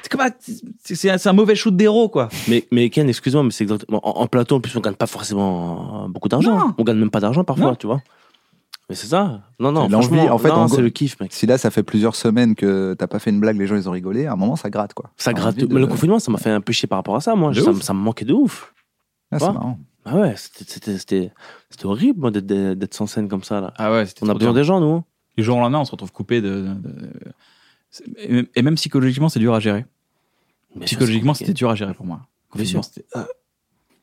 c'est comme un, c'est- c'est un, c'est un mauvais shoot d'héros quoi. Mais, mais Ken, excuse-moi, mais c'est exactement. En, en plateau, en plus, on gagne pas forcément euh, beaucoup d'argent. Non. On gagne même pas d'argent parfois, Non. tu vois. Mais c'est ça. Non, non, C'est l'envie, franchement, en fait, non, en gros. c'est le kiff, mec. Si là, ça fait plusieurs semaines que t'as pas fait une blague, les gens, ils ont rigolé, à un moment, ça gratte, quoi. Ça T'as gratte. envie de- Mais le confinement, ça m'a fait un peu chier par rapport à ça, moi. De Ça, ouf. me- ça me manquait de ouf. Ah, c'est pas. marrant. Ah ouais, c'était- c'était c'était- c'était horrible, moi, d'être- d'être d'être sans scène comme ça, là. Ah ouais, On a besoin des gens, nous. Du jour au lendemain, on se retrouve coupé de. de- de- c'est- et- Et même psychologiquement, c'est dur à gérer. Mais Psychologiquement, ça, c'est c'était dur à gérer pour moi. Bien sûr. Confinement, c'était- ah,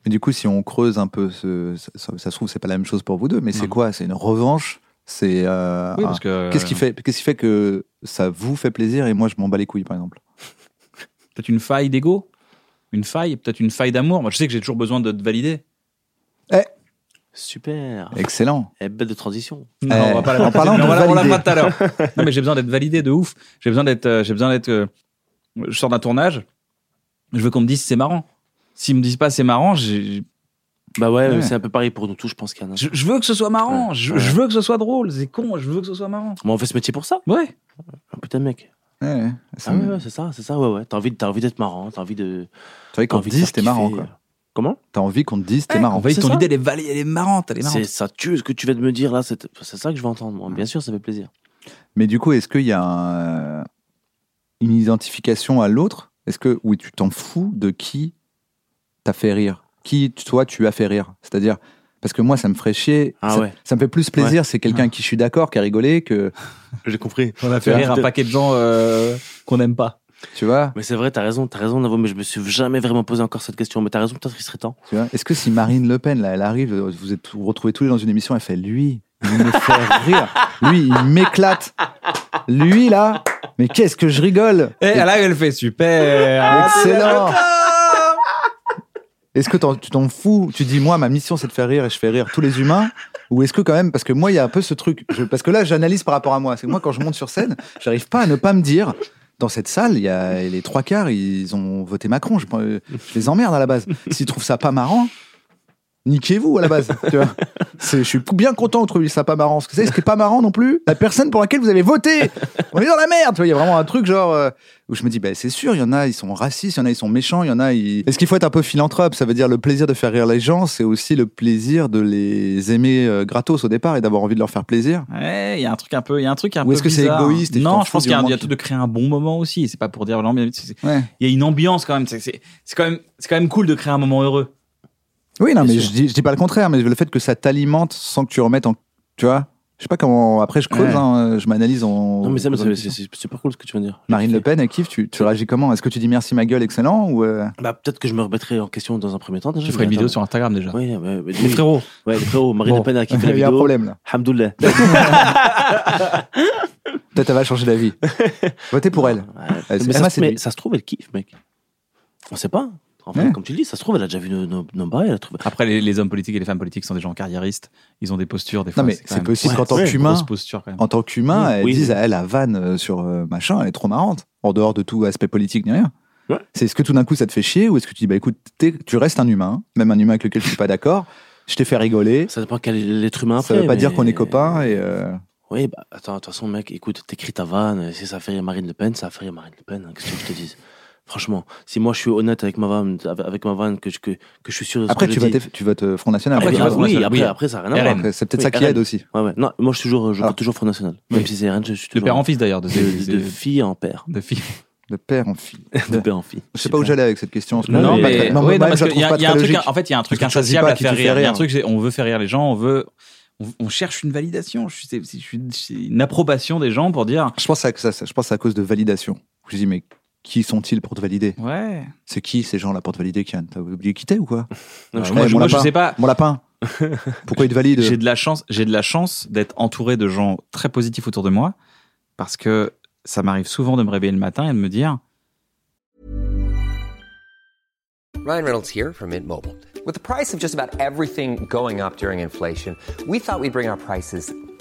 Mais du coup, si on creuse un peu, ce- ça, ça- ça se trouve, c'est pas la même chose pour vous deux, mais c'est Non. quoi C'est une revanche C'est. euh, oui, un- parce que. Qu'est-ce qui, fait, qu'est-ce qui fait que ça vous fait plaisir et moi, je m'en bats les couilles, par exemple Peut-être une faille d'ego Une faille Peut-être une faille d'amour Moi, je sais que j'ai toujours besoin de te valider. Super. Excellent. Et belle de transition. Non, Eh, on va pas en parlant Mais de on l'a- on l'a valider. pas tout à l'heure. Non, mais j'ai besoin d'être validé de ouf. J'ai besoin d'être. euh, J'ai besoin d'être. euh, Je sors d'un tournage. Je veux qu'on me dise c'est marrant. S'ils me disent pas c'est marrant, j'ai- Bah ouais, Ouais. c'est un peu pareil pour nous tous, je pense, Kiana. je, je veux que ce soit marrant. Ouais. Je, Ouais. je veux que ce soit drôle. C'est con. Je veux que ce soit marrant. Bon, on fait ce métier pour ça. Ouais. Ah, putain, mec. Ouais, ouais. Ah Ça ouais, me- ouais, c'est ça, c'est ça, ouais, ouais. T'as envie, de- t'as envie d'être marrant, t'as envie de. C'est vrai t'as qu'on envie te de dise, faire t'es marrant, kiffer. quoi. Comment T'as envie qu'on te dise, t'es Eh, marrant. On va y C'est ton ça. idée, elle est valide, elle est marrante. Elle est marrante. C'est ça tue ce que tu viens de me dire là. C'est c'est ça que je vais entendre. Moi. Bien sûr, ça fait plaisir. Mais du coup, est-ce qu'il y a un- euh, une identification à l'autre Est-ce que, oui, tu t'en fous de qui t'as fait rire Qui, toi, tu as fait rire C'est-à-dire, parce que moi, ça me ferait chier. Ah ça, ouais. ça me fait plus plaisir, c'est quelqu'un à qui je suis d'accord, qui a rigolé, que, J'ai compris. On a fait rire un paquet de gens euh, qu'on n'aime pas. tu vois, Mais c'est vrai, t'as raison, t'as raison, Navo. Mais je me suis jamais vraiment posé encore cette question. Mais t'as raison, peut-être qu'il serait temps. tu vois. Est-ce que si Marine Le Pen, là, elle arrive, vous êtes vous retrouvez tous les deux dans une émission, elle fait, lui, il me fait rire. Lui, il m'éclate. Lui, là, mais qu'est-ce que je rigole Eh, Et là, Eh, elle fait super. Excellent Ah. Est-ce que t'en- tu t'en fous Tu dis, moi, ma mission, c'est de faire rire et je fais rire tous les humains Ou est-ce que quand même, parce que moi, il y a un peu ce truc, je- parce que là, j'analyse par rapport à moi. C'est que moi, quand je monte sur scène, j'arrive pas à ne pas me dire, dans cette salle, il y a les trois quarts, ils ont voté Macron. Je, euh, je les emmerde à la base. S'ils trouvent ça pas marrant, niquez-vous à la base. Tu vois C'est- je suis bien content de trouver ça pas marrant. Parce que vous savez, ce qui est pas marrant non plus, la personne pour laquelle vous avez voté, on est dans la merde. Tu vois, Il y a vraiment un truc genre euh, où je me dis, bah, c'est sûr, il y en a, ils sont racistes, il y en a, ils sont méchants, il y en a. Ils... Est-ce qu'il faut être un peu philanthrope Ça veut dire le plaisir de faire rire les gens, c'est aussi le plaisir de les aimer euh, gratos au départ et d'avoir envie de leur faire plaisir. Ouais, il y a un truc un peu, il y a un truc un Ou peu. est-ce que c'est bizarre. égoïste et tu t'en Non, je fous pense du qu'il y a, un- moment il y a qui- tout de créer un bon moment aussi. C'est pas pour dire l'ambiance. c'est- c'est- Ouais. Il y a une ambiance quand même. C'est c'est- c'est quand même, c'est quand même cool de créer un moment heureux. Oui, non, Bien mais sûr. je dis, je dis pas le contraire, mais le fait que ça t'alimente sans que tu remettes en. Tu vois Je sais pas comment. Après, je creuse, Ouais. hein, je m'analyse en. Non, mais ça, mais en- c'est- c'est c'est super cool ce que tu viens de dire. Marine Le Pen, elle kiffe, tu, tu réagis comment Est-ce que tu dis merci ma gueule, excellent ou euh, Bah peut-être que je me remettrai en question dans un premier temps. Déjà, Je ferai une mais vidéo attends. sur Instagram déjà. Oui, mais, mais- Les frérots. Ouais, les frérots. Marine Bon. Le Pen a kiffé la Il y a un vidéo. problème là. Hamdoullah. Peut-être elle va changer d'avis. Votez pour elle. mais c'est- Emma, ça, se- c'est mais lui. ça se trouve, elle kiffe, mec. On sait pas. Enfin, Ouais. comme tu le dis, ça se trouve, elle a déjà vu nos, nos, nos bails, elle a trouvé. Après, les, les hommes politiques et les femmes politiques sont des gens carriéristes. Ils ont des postures des fois. Non, mais quand c'est même- possible Ouais, qu'en tant c'est une qu'humain- grosse posture, quand même. En tant qu'humain, Oui, elles oui. disent à elle la vanne euh, sur euh, machin, elle est trop marrante. En dehors de tout aspect politique ni rien. Ouais. C'est est-ce que tout d'un coup ça te fait chier ou est-ce que tu dis bah écoute, t'es- tu restes un humain, même un humain avec lequel je suis pas d'accord, je t'ai fait rigoler. Ça dépend quel est l'être humain après. ça veut pas mais- dire qu'on est copains et euh, Oui, bah attends, de toute façon, mec, écoute, t'écris ta vanne. et Si ça fait rire Marine Le Pen, ça fait rire Marine Le Pen. hein, Qu'est-ce que je te dis Franchement, si moi je suis honnête avec ma vanne, avec avec ma vanne que, je- que, que je suis sûr de ce après que tu je votes, dis. tu votes euh, Front National. Après, Eh tu bien, votes Front oui, National, après, oui. après, ça a rien à RN. voir. Après, c'est peut-être Oui, ça qui RN. aide aussi. Ouais, ouais. Non, moi je suis toujours, je vote Alors. toujours Front National. Même si c'est RN, je suis De toujours. père en fils d'ailleurs. De, De, de, de- fille en père. de fille. Le père en fille. De père en fille. Je sais pas où j'allais avec cette question. en ce Non, moment, mais- pas très- moi, ouais, non, moi-même, parce je la que y a- trouve pas y a un très truc- logique. en fait, il y a un Parce truc que tu choisis insatiable pas à qui te faire fait rire. Il y a un rire. truc, c'est on veut faire rire les gens, on veut, on, on cherche une validation, je sais- je suis- je suis- une approbation des gens pour dire Je pense à, ça, ça- je pense à cause de validation. Je dis mais qui sont-ils pour te valider ouais. C'est qui ces gens là pour te valider, Kian T'as oublié qui t'es ou quoi Non, moi, ouais, je, mon moi, je lapin. sais pas. Mon lapin. Pourquoi ils te valident J'ai de la chance, j'ai de la chance d'être entouré de gens très positifs autour de moi parce que ça m'arrive souvent de me réveiller le matin et de me dire Ryan Reynolds here from Mint Mobile. With the price of just about everything going up during inflation, we thought we'd bring our prices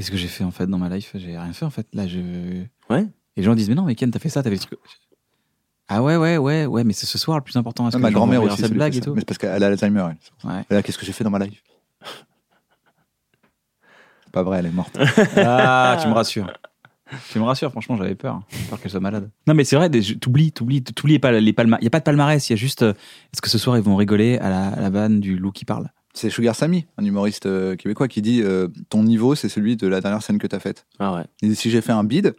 Ah, qu'est-ce que j'ai fait en fait dans ma life J'ai rien fait en fait. Là, je Ouais. les gens disent, mais non, mais Ken, t'as fait ça, t'as fait des trucs. Ah ouais, ouais, ouais, ouais, mais c'est ce soir le plus important. Est-ce Ah, que ma je grand-mère vais faire aussi, ça cette lui blague fait et ça. tout. Mais c'est parce qu'elle a Alzheimer. elle. Ouais. Elle a, Qu'est-ce que j'ai fait dans ma life C'est pas vrai, elle est morte. Ah, tu me rassures. Tu me rassures, franchement, j'avais peur. hein. J'ai peur qu'elle soit malade. Non, mais c'est vrai, des- je- t'oublies, t'oublies, t'oublies pas les palmarès. Il n'y a pas de palmarès, il y a juste. euh, Est-ce que ce soir ils vont rigoler à la, à la vanne du loup qui parle C'est Sugar Sammy, un humoriste euh, québécois, qui dit euh, Ton niveau, c'est celui de la dernière scène que t'as faite. Ah ouais. Il dit Si j'ai fait un bid,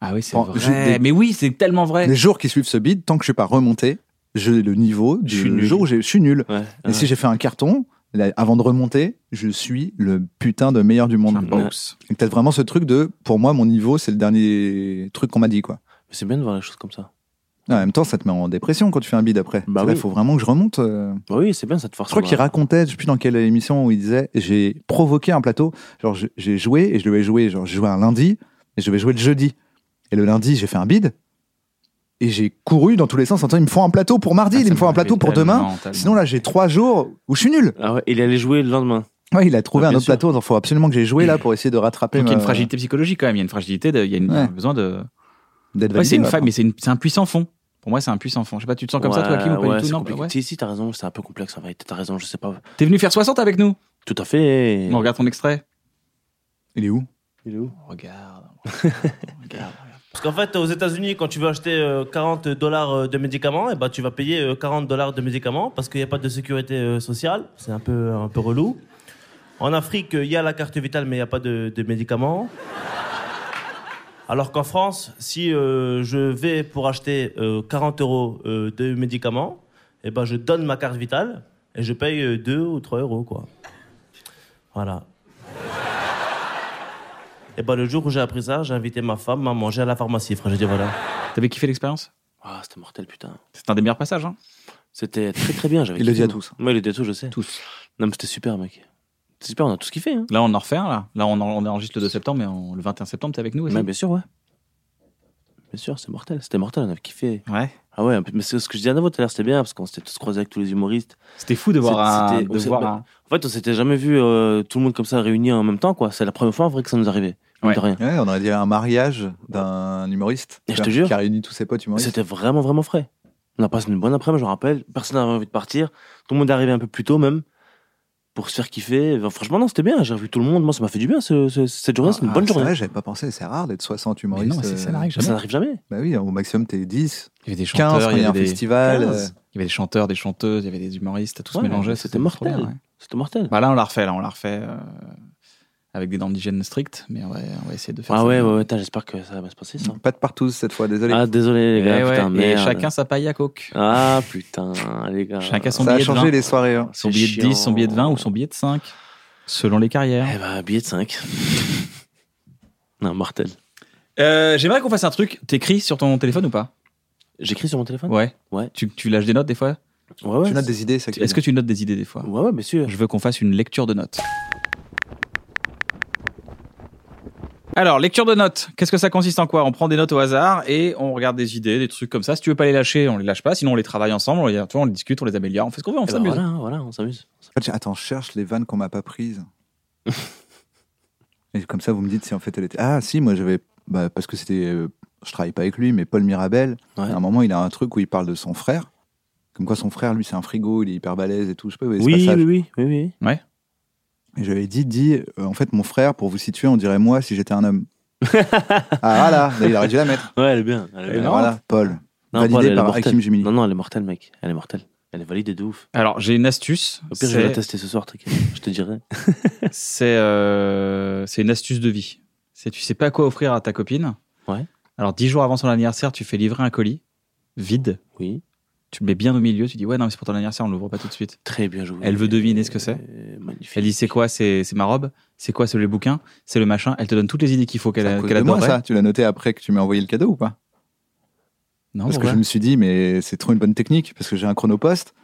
Ah oui, c'est Bon, vrai. je- des- Mais oui, c'est tellement vrai. les jours qui suivent ce bid, tant que je suis pas remonté, j'ai le niveau Je suis du nul. jour où j'ai- je suis nul. ouais. Et si j'ai fait un carton, là, avant de remonter, je suis le putain de meilleur du Un monde. box. Et Peut-être vraiment ce truc de, pour moi, mon niveau, c'est le dernier truc qu'on m'a dit, quoi. Mais c'est bien de voir les choses comme ça. Non, en même temps, ça te met en dépression quand tu fais un bid après. Bah C'est vrai, oui. faut vraiment que je remonte. euh. Bah oui, c'est bien, ça te force. Je crois à- qu'il racontait, je sais plus dans quelle émission, où il disait J'ai provoqué un plateau. Genre, je- j'ai joué et je devais jouer. Genre, je jouais un lundi et je vais jouer le jeudi. Et le lundi, j'ai fait un bid. Et j'ai couru dans tous les sens en disant Il me faut un plateau pour mardi, Ah, ça il me faut un m'arrive plateau pour tellement, demain. tellement. Sinon, là, j'ai trois jours où je suis nul. Ah ouais, il allait jouer le lendemain. Ouais, il a trouvé Ah, un bien autre sûr. plateau. Il faut absolument que j'ai joué là pour essayer de rattraper. Donc il y a une ma- fragilité psychologique quand même, il y a une fragilité, de- il y a une- euh, Ouais. un besoin de. d'être Ouais, c'est une validé, faille, mais c'est une- c'est un puissant fond. Pour moi, c'est un puissant fond. Je sais pas, tu te sens comme ça, toi, Kim, ou pas ouais, du tout c'est Non, bah, compliqué. ouais. Si, si, t'as raison, c'est un peu complexe en vérité. T'as raison, je sais pas. T'es venu faire 60 avec nous Tout à fait. On regarde ton extrait. Il est où Il est où Regarde. Parce qu'en fait, aux États-Unis, quand tu veux acheter euh, 40 dollars de médicaments, et ben, tu vas payer euh, 40 dollars de médicaments parce qu'il n'y a pas de sécurité euh, sociale. C'est un peu, euh, un peu relou. En Afrique, euh, il y a la carte vitale, mais il n'y a pas de, de médicaments. Alors qu'en France, si euh, je vais pour acheter euh, 40 euros euh, de médicaments, et ben, je donne ma carte vitale et je paye 2 ou 3 euros. Quoi. Voilà. Et ben, le jour où j'ai appris ça, j'ai invité ma femme à manger à la pharmacie. frère. J'ai dit voilà. T'avais kiffé l'expérience Ah, c'était mortel, putain. C'est un des meilleurs passages, hein C'était très très bien. j'avais Il le kiffé, dit à moi. tous. Moi, il le dit à tous, je sais. Tous. Non, mais c'était super, mec. C'est super, on a tout ce qu'il fait. Hein. Là, on en refait un, là. Là, on, en- on enregistre le 2 septembre, mais on- le 21 septembre, t'es avec nous aussi. Ouais, bien sûr, ouais. Bien sûr, c'est mortel. C'était mortel, on avait kiffé. Ouais. Ah ouais, mais c'est ce que je disais à Navo tout à l'heure, c'était bien parce qu'on s'était tous croisés avec tous les humoristes. C'était fou de voir C'était- un. c'était- De on s'est- voir bah, un- En fait, on s'était jamais vu euh, tout le monde comme ça réunis en même temps, quoi. C'est la première fois en vrai que ça nous arrivait. mine Ouais. de rien. Ouais, on aurait dit un mariage d'un humoriste. Et je te jure. Qui a réuni tous ses potes humoristes. C'était vraiment, vraiment frais. On a passé une bonne après-midi, je me rappelle. Personne n'avait envie de partir. Tout le monde est arrivé un peu plus tôt, même, pour se faire kiffer. Enfin, franchement, non, c'était bien. J'ai revu tout le monde. Moi, ça m'a fait du bien, ce- ce- cette journée. c'est une Ah, bonne c'est journée. vrai, J'avais pas pensé, c'est rare d'être 60 Mais humoristes. non, c'est- ça euh, n'arrive Ça jamais. n'arrive jamais. Bah oui, au maximum, t'es 10, Il y avait des 15 chanteurs, quand il y un avait des. festival. 15. Il y avait des chanteurs, des chanteuses, il y avait des humoristes, tout se Ouais, mélangeait. c'était mortel. trop bien, ouais. C'était mortel. Bah là, on l'a refait, là, on l'a refait euh, avec des dents d'hygiène strictes, mais on va, on va essayer de faire Ah ça. ouais, ouais, ouais, putain, j'espère que ça va bien se passer, ça. euh, Pas de partout cette fois, désolé. Ah, désolé, les Et, gars. Eh ouais, putain, et merde. chacun sa paille à coke. Ah, putain, les gars. Chacun son ça a billet de changé 20. les soirées. hein. Son billet de 10, son billet de 20 ou son billet de 5, selon les carrières. Eh ben, billet de 5. non, mortel. Euh, J'aimerais qu'on fasse un truc. T'écris sur ton téléphone ou pas J'écris sur mon téléphone Ouais. Ouais. Tu, tu lâches des notes des fois Ouais, ouais. Tu notes des idées, ça. Est-ce que tu notes des idées des fois Ouais, ouais, bien sûr. Je veux qu'on fasse une lecture de notes. Alors, lecture de notes, qu'est-ce que ça consiste en quoi On prend des notes au hasard et on regarde des idées, des trucs comme ça. Si tu veux pas les lâcher, on les lâche pas. Sinon, on les travaille ensemble, on les, tu vois, on les discute, on les améliore, on fait ce qu'on veut, on Eh ben, s'amuse. voilà, hein, voilà, on s'amuse. Attends, je cherche les vannes qu'on m'a pas prises. Et comme ça, vous me dites si en fait elle était. Ah, si, moi j'avais. Bah, parce que c'était. euh, Je travaille pas avec lui, mais Paul Mirabel, Ouais. à un moment, il a un truc où il parle de son frère. Comme quoi, son frère, lui, c'est un frigo, il est hyper balèze et tout. Je sais pas, vous voyez ce Oui, passage. oui, oui, oui, oui. Et j'avais dit, dit, euh, en fait, mon frère, pour vous situer, on dirait moi si j'étais un homme. ah, voilà, là, il aurait dû la mettre. Ouais, elle est bien. Elle est Et bien. voilà, Paul. Non, validé Paul, elle est par mortelle. Hakim Jemili. Non, non, elle est mortelle, mec. Elle est mortelle. Elle est validée de ouf. Alors, j'ai une astuce. Au pire, je vais la C'est- tester ce soir, t'inquiète. Je te dirai. C'est euh, c'est une astuce de vie. C'est tu sais pas quoi offrir à ta copine. Ouais. Alors dix jours avant son anniversaire, tu fais livrer un colis vide. Oui. Tu le mets bien au milieu. Tu dis ouais non mais c'est pour ton anniversaire, on l'ouvre pas tout de suite. Très bien joué. Elle veut deviner ce que c'est Euh, Magnifique. Elle dit c'est quoi C'est c'est ma robe. C'est quoi C'est le bouquin. C'est le machin. Elle te donne toutes les idées qu'il faut C'est à qu'elle cause qu'elle de moi, adorerait. ça. Tu l'as noté après que tu m'as envoyé le cadeau ou pas Non Parce que pourquoi je me suis dit, mais c'est trop une bonne technique, parce que j'ai un chronopost.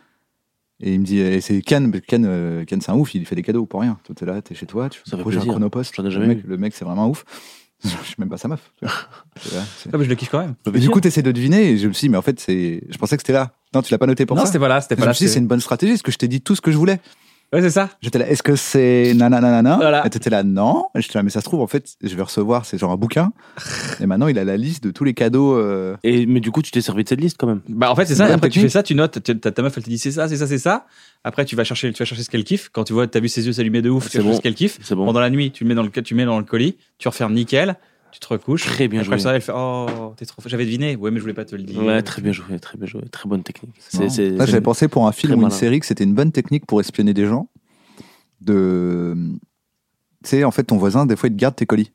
Et il me dit, eh, c'est Ken, mais Ken, euh, Ken c'est un ouf, il fait des cadeaux pour rien. Toi, t'es là, t'es chez toi, tu Ça fait Pourquoi j'ai un plaisir. chronopost. J'en ai Le jamais mec, vu. le mec, c'est vraiment un ouf. je suis même pas sa meuf. tu vois. C'est là, c'est- Ah, mais je le kiffe quand même. Et du coup, t'essaies de deviner, et je me suis dit, mais en fait, c'est... je pensais que c'était là. Non, tu l'as pas noté pour non ça. c'était pas là, c'était Je pas me là. suis dit, c'est c'était- une bonne stratégie, parce que je t'ai dit tout ce que je voulais. Ouais, c'est ça. J'étais là, est-ce que c'est nananana Voilà. Et t'étais là, non. Et j'étais là, mais ça se trouve, en fait, je vais recevoir, c'est genre un bouquin. Et maintenant, il a la liste de tous les cadeaux. euh, Et, mais du coup, tu t'es servi de cette liste quand même. Bah, en fait, c'est Une ça. bonne Après, tu technique. fais ça, tu notes, tu- ta, ta meuf, elle te dit c'est ça, c'est ça, c'est ça. Après, tu vas chercher, tu vas chercher ce qu'elle kiffe. Quand tu vois, t'as vu ses yeux s'allumer de ouf, C'est tu cherches bon. ce qu'elle kiffe. C'est bon. Pendant la nuit, tu le mets dans le, tu le mets dans le colis, tu refermes nickel, tu te recouches. Très bien Après, le joué. soir, elle fait, oh, t'es trop, fort. j'avais deviné. Ouais, mais je voulais pas te le dire. Ouais, très bien joué, très bien joué, très bonne technique. marrant. C'est, c'est, Là, c'est- j'avais pensé pour un film très ou une malin. série que c'était une bonne technique pour espionner des gens. De. Tu sais, en fait, ton voisin, des fois, il te garde tes colis.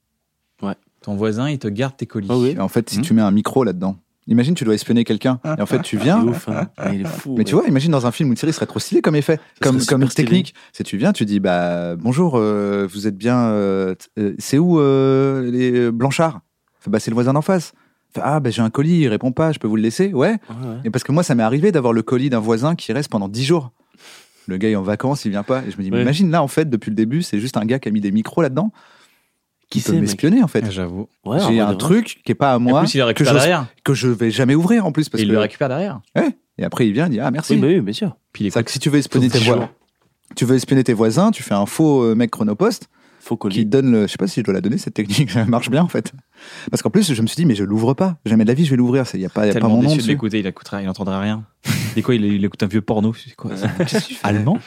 Ton voisin, il te garde tes colis. Ah oui. Et en fait, si Mhm. tu mets un micro là-dedans, imagine, tu dois espionner quelqu'un. Et en fait, tu Il est viens. ouf, hein. Ah, il est fou. Mais tu vois, imagine dans un film ou une série, ce serait trop stylé comme effet, serait comme, super comme stylé. technique. Si tu viens, tu dis bah bonjour, euh, vous êtes bien. euh, t- euh, c'est où euh, les Blanchard Fait, Bah c'est le voisin d'en face. Fait, ah bah j'ai un colis, il répond pas, je peux vous le laisser Ouais. Ouais, ouais. Et parce que moi, ça m'est arrivé d'avoir le colis d'un voisin qui reste pendant 10 jours. Le gars est en vacances, il vient pas. Et je me dis, mais Ouais. imagine là en fait, depuis le début, c'est juste un gars qui a mis des micros là-dedans. Qui Qui peut sait, mec m'espionner en fait. Ah, J'avoue. Ouais, en J'ai vrai, un de vrai. truc qui est pas à En moi, plus, il le que, récupère j'ose- derrière. que je vais jamais ouvrir en plus. Parce Et il que... le récupère derrière. Et après, il vient, il dit, ah merci. Oui, bah oui, bien sûr. Puis il C'est-à-dire écoute. que si tu veux espionner Sauf tes tes voisins, jours. tu veux espionner tes voisins, tu fais un faux euh, mec chronopost Faut qui coller. donne le. Je sais pas si je dois la donner cette technique, ça marche bien en fait. Parce qu'en plus, je me suis dit, mais je l'ouvre pas. Jamais de la vie, je vais l'ouvrir. Il y a pas, y a pas Tellement mon nom déçu de dessus. l'écouter, il écoutera, il n'entendra rien. C'est quoi, il, il écoute un vieux porno, c'est quoi c'est- Allemand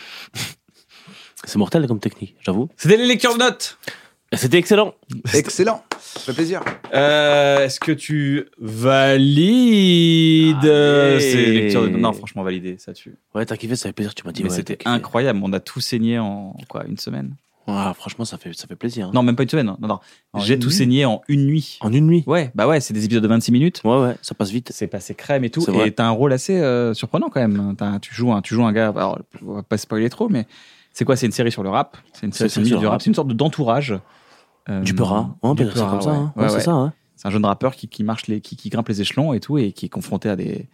C'est mortel comme technique, j'avoue. C'était les lectures de notes Et C'était excellent. Excellent, ça fait plaisir. Euh, Est-ce que tu valides Allez. ces lectures de notes Non, franchement, validé, ça tue. Ouais, t'as kiffé, ça fait plaisir. Tu m'as dit. Mais ouais, c'était t'as kiffé. incroyable, on a tout saigné en quoi, une semaine Ouais, franchement, ça fait, ça fait plaisir. hein. Non, même pas une semaine, non, non. En J'ai une tout nuit saigné en une nuit. En une nuit. Ouais, bah ouais, c'est des épisodes de 26 minutes. Ouais, ouais, ça passe vite. C'est passé crème et tout. C'est vrai. Et t'as un rôle assez euh, surprenant quand même. T'as- tu, joues un, tu joues un gars, bah, alors on va pas spoiler trop, mais c'est quoi C'est une série sur le rap. C'est une série C'est sur le milieu du rap. C'est une sorte de- d'entourage. Euh, Du peurat. Ouais, on du peut dire ça peurat, comme ça. ouais. hein. Ouais, Ouais, ouais. c'est ça. hein. C'est un jeune rappeur qui, qui marche les, qui, qui grimpe les échelons et tout, et qui est confronté à des,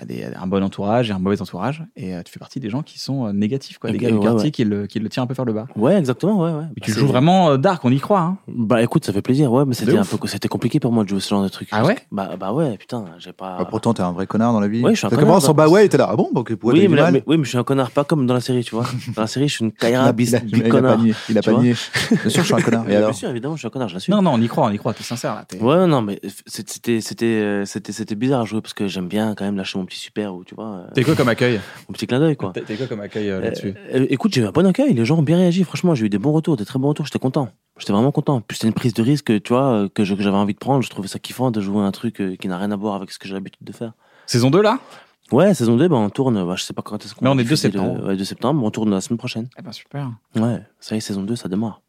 à des, à un bon entourage et un mauvais entourage. Et euh, tu fais partie des gens qui sont euh, négatifs, quoi. Des Ok, gars du ouais, quartier ouais. qui, le, qui le tient un peu vers le bas. Ouais, exactement. Ouais, ouais. Mais Bah, tu c'est- joues vraiment euh, dark, on y croit. Hein. Bah écoute, ça fait plaisir. Ouais, mais c'était un ouf. peu, c'était compliqué pour moi de jouer ce genre de truc. Ah ouais Bah bah ouais, putain, j'ai pas. Bah, pourtant, t'es un vrai connard dans la vie. Ah. Ouais, je suis un T'as connard, commencé en bah. bah ouais, et t'es là. Ah bon, donc pourquoi t'as oui, eu mais, du là- mal mais- oui, mais je suis un connard, pas comme dans la série, tu vois. Dans la série, je suis une Il caillera a- bis, il a- bis il a pas connard. nié. Il a Tu pas vois nié. Bien sûr, je suis un connard. Et Bien alors sûr, évidemment, je suis un connard, je l'assume. Non, non, on y croit, on y croit. T'es sincère là. t'es- Ouais, non, mais c'est- c'était, c'était, euh, c'était, c'était bizarre à jouer parce que j'aime bien quand même lâcher mon petit super ou tu vois, euh, T'es quoi comme accueil mon petit clin d'œil quoi. T'es t'es quoi comme accueil euh, là-dessus Euh, euh, écoute, j'ai eu un bon accueil, les gens ont bien réagi. Franchement, j'ai eu des bons retours, des très bons retours. J'étais content. J'étais vraiment content. Puis c'était une prise de risque, tu vois, euh, que, je- que j'avais envie de prendre. Je trouvais ça kiffant de jouer un truc euh, qui n'a rien à voir avec ce que j'ai l'habitude de faire. Saison 2 là Ouais, saison 2, ben on tourne, bah, je sais pas quand est-ce qu'on Mais va on est deux diffuser le- euh, septembre. ouais, 2 septembre, on tourne la semaine prochaine. Eh ben super. Ouais, ça y est, saison 2, ça démarre.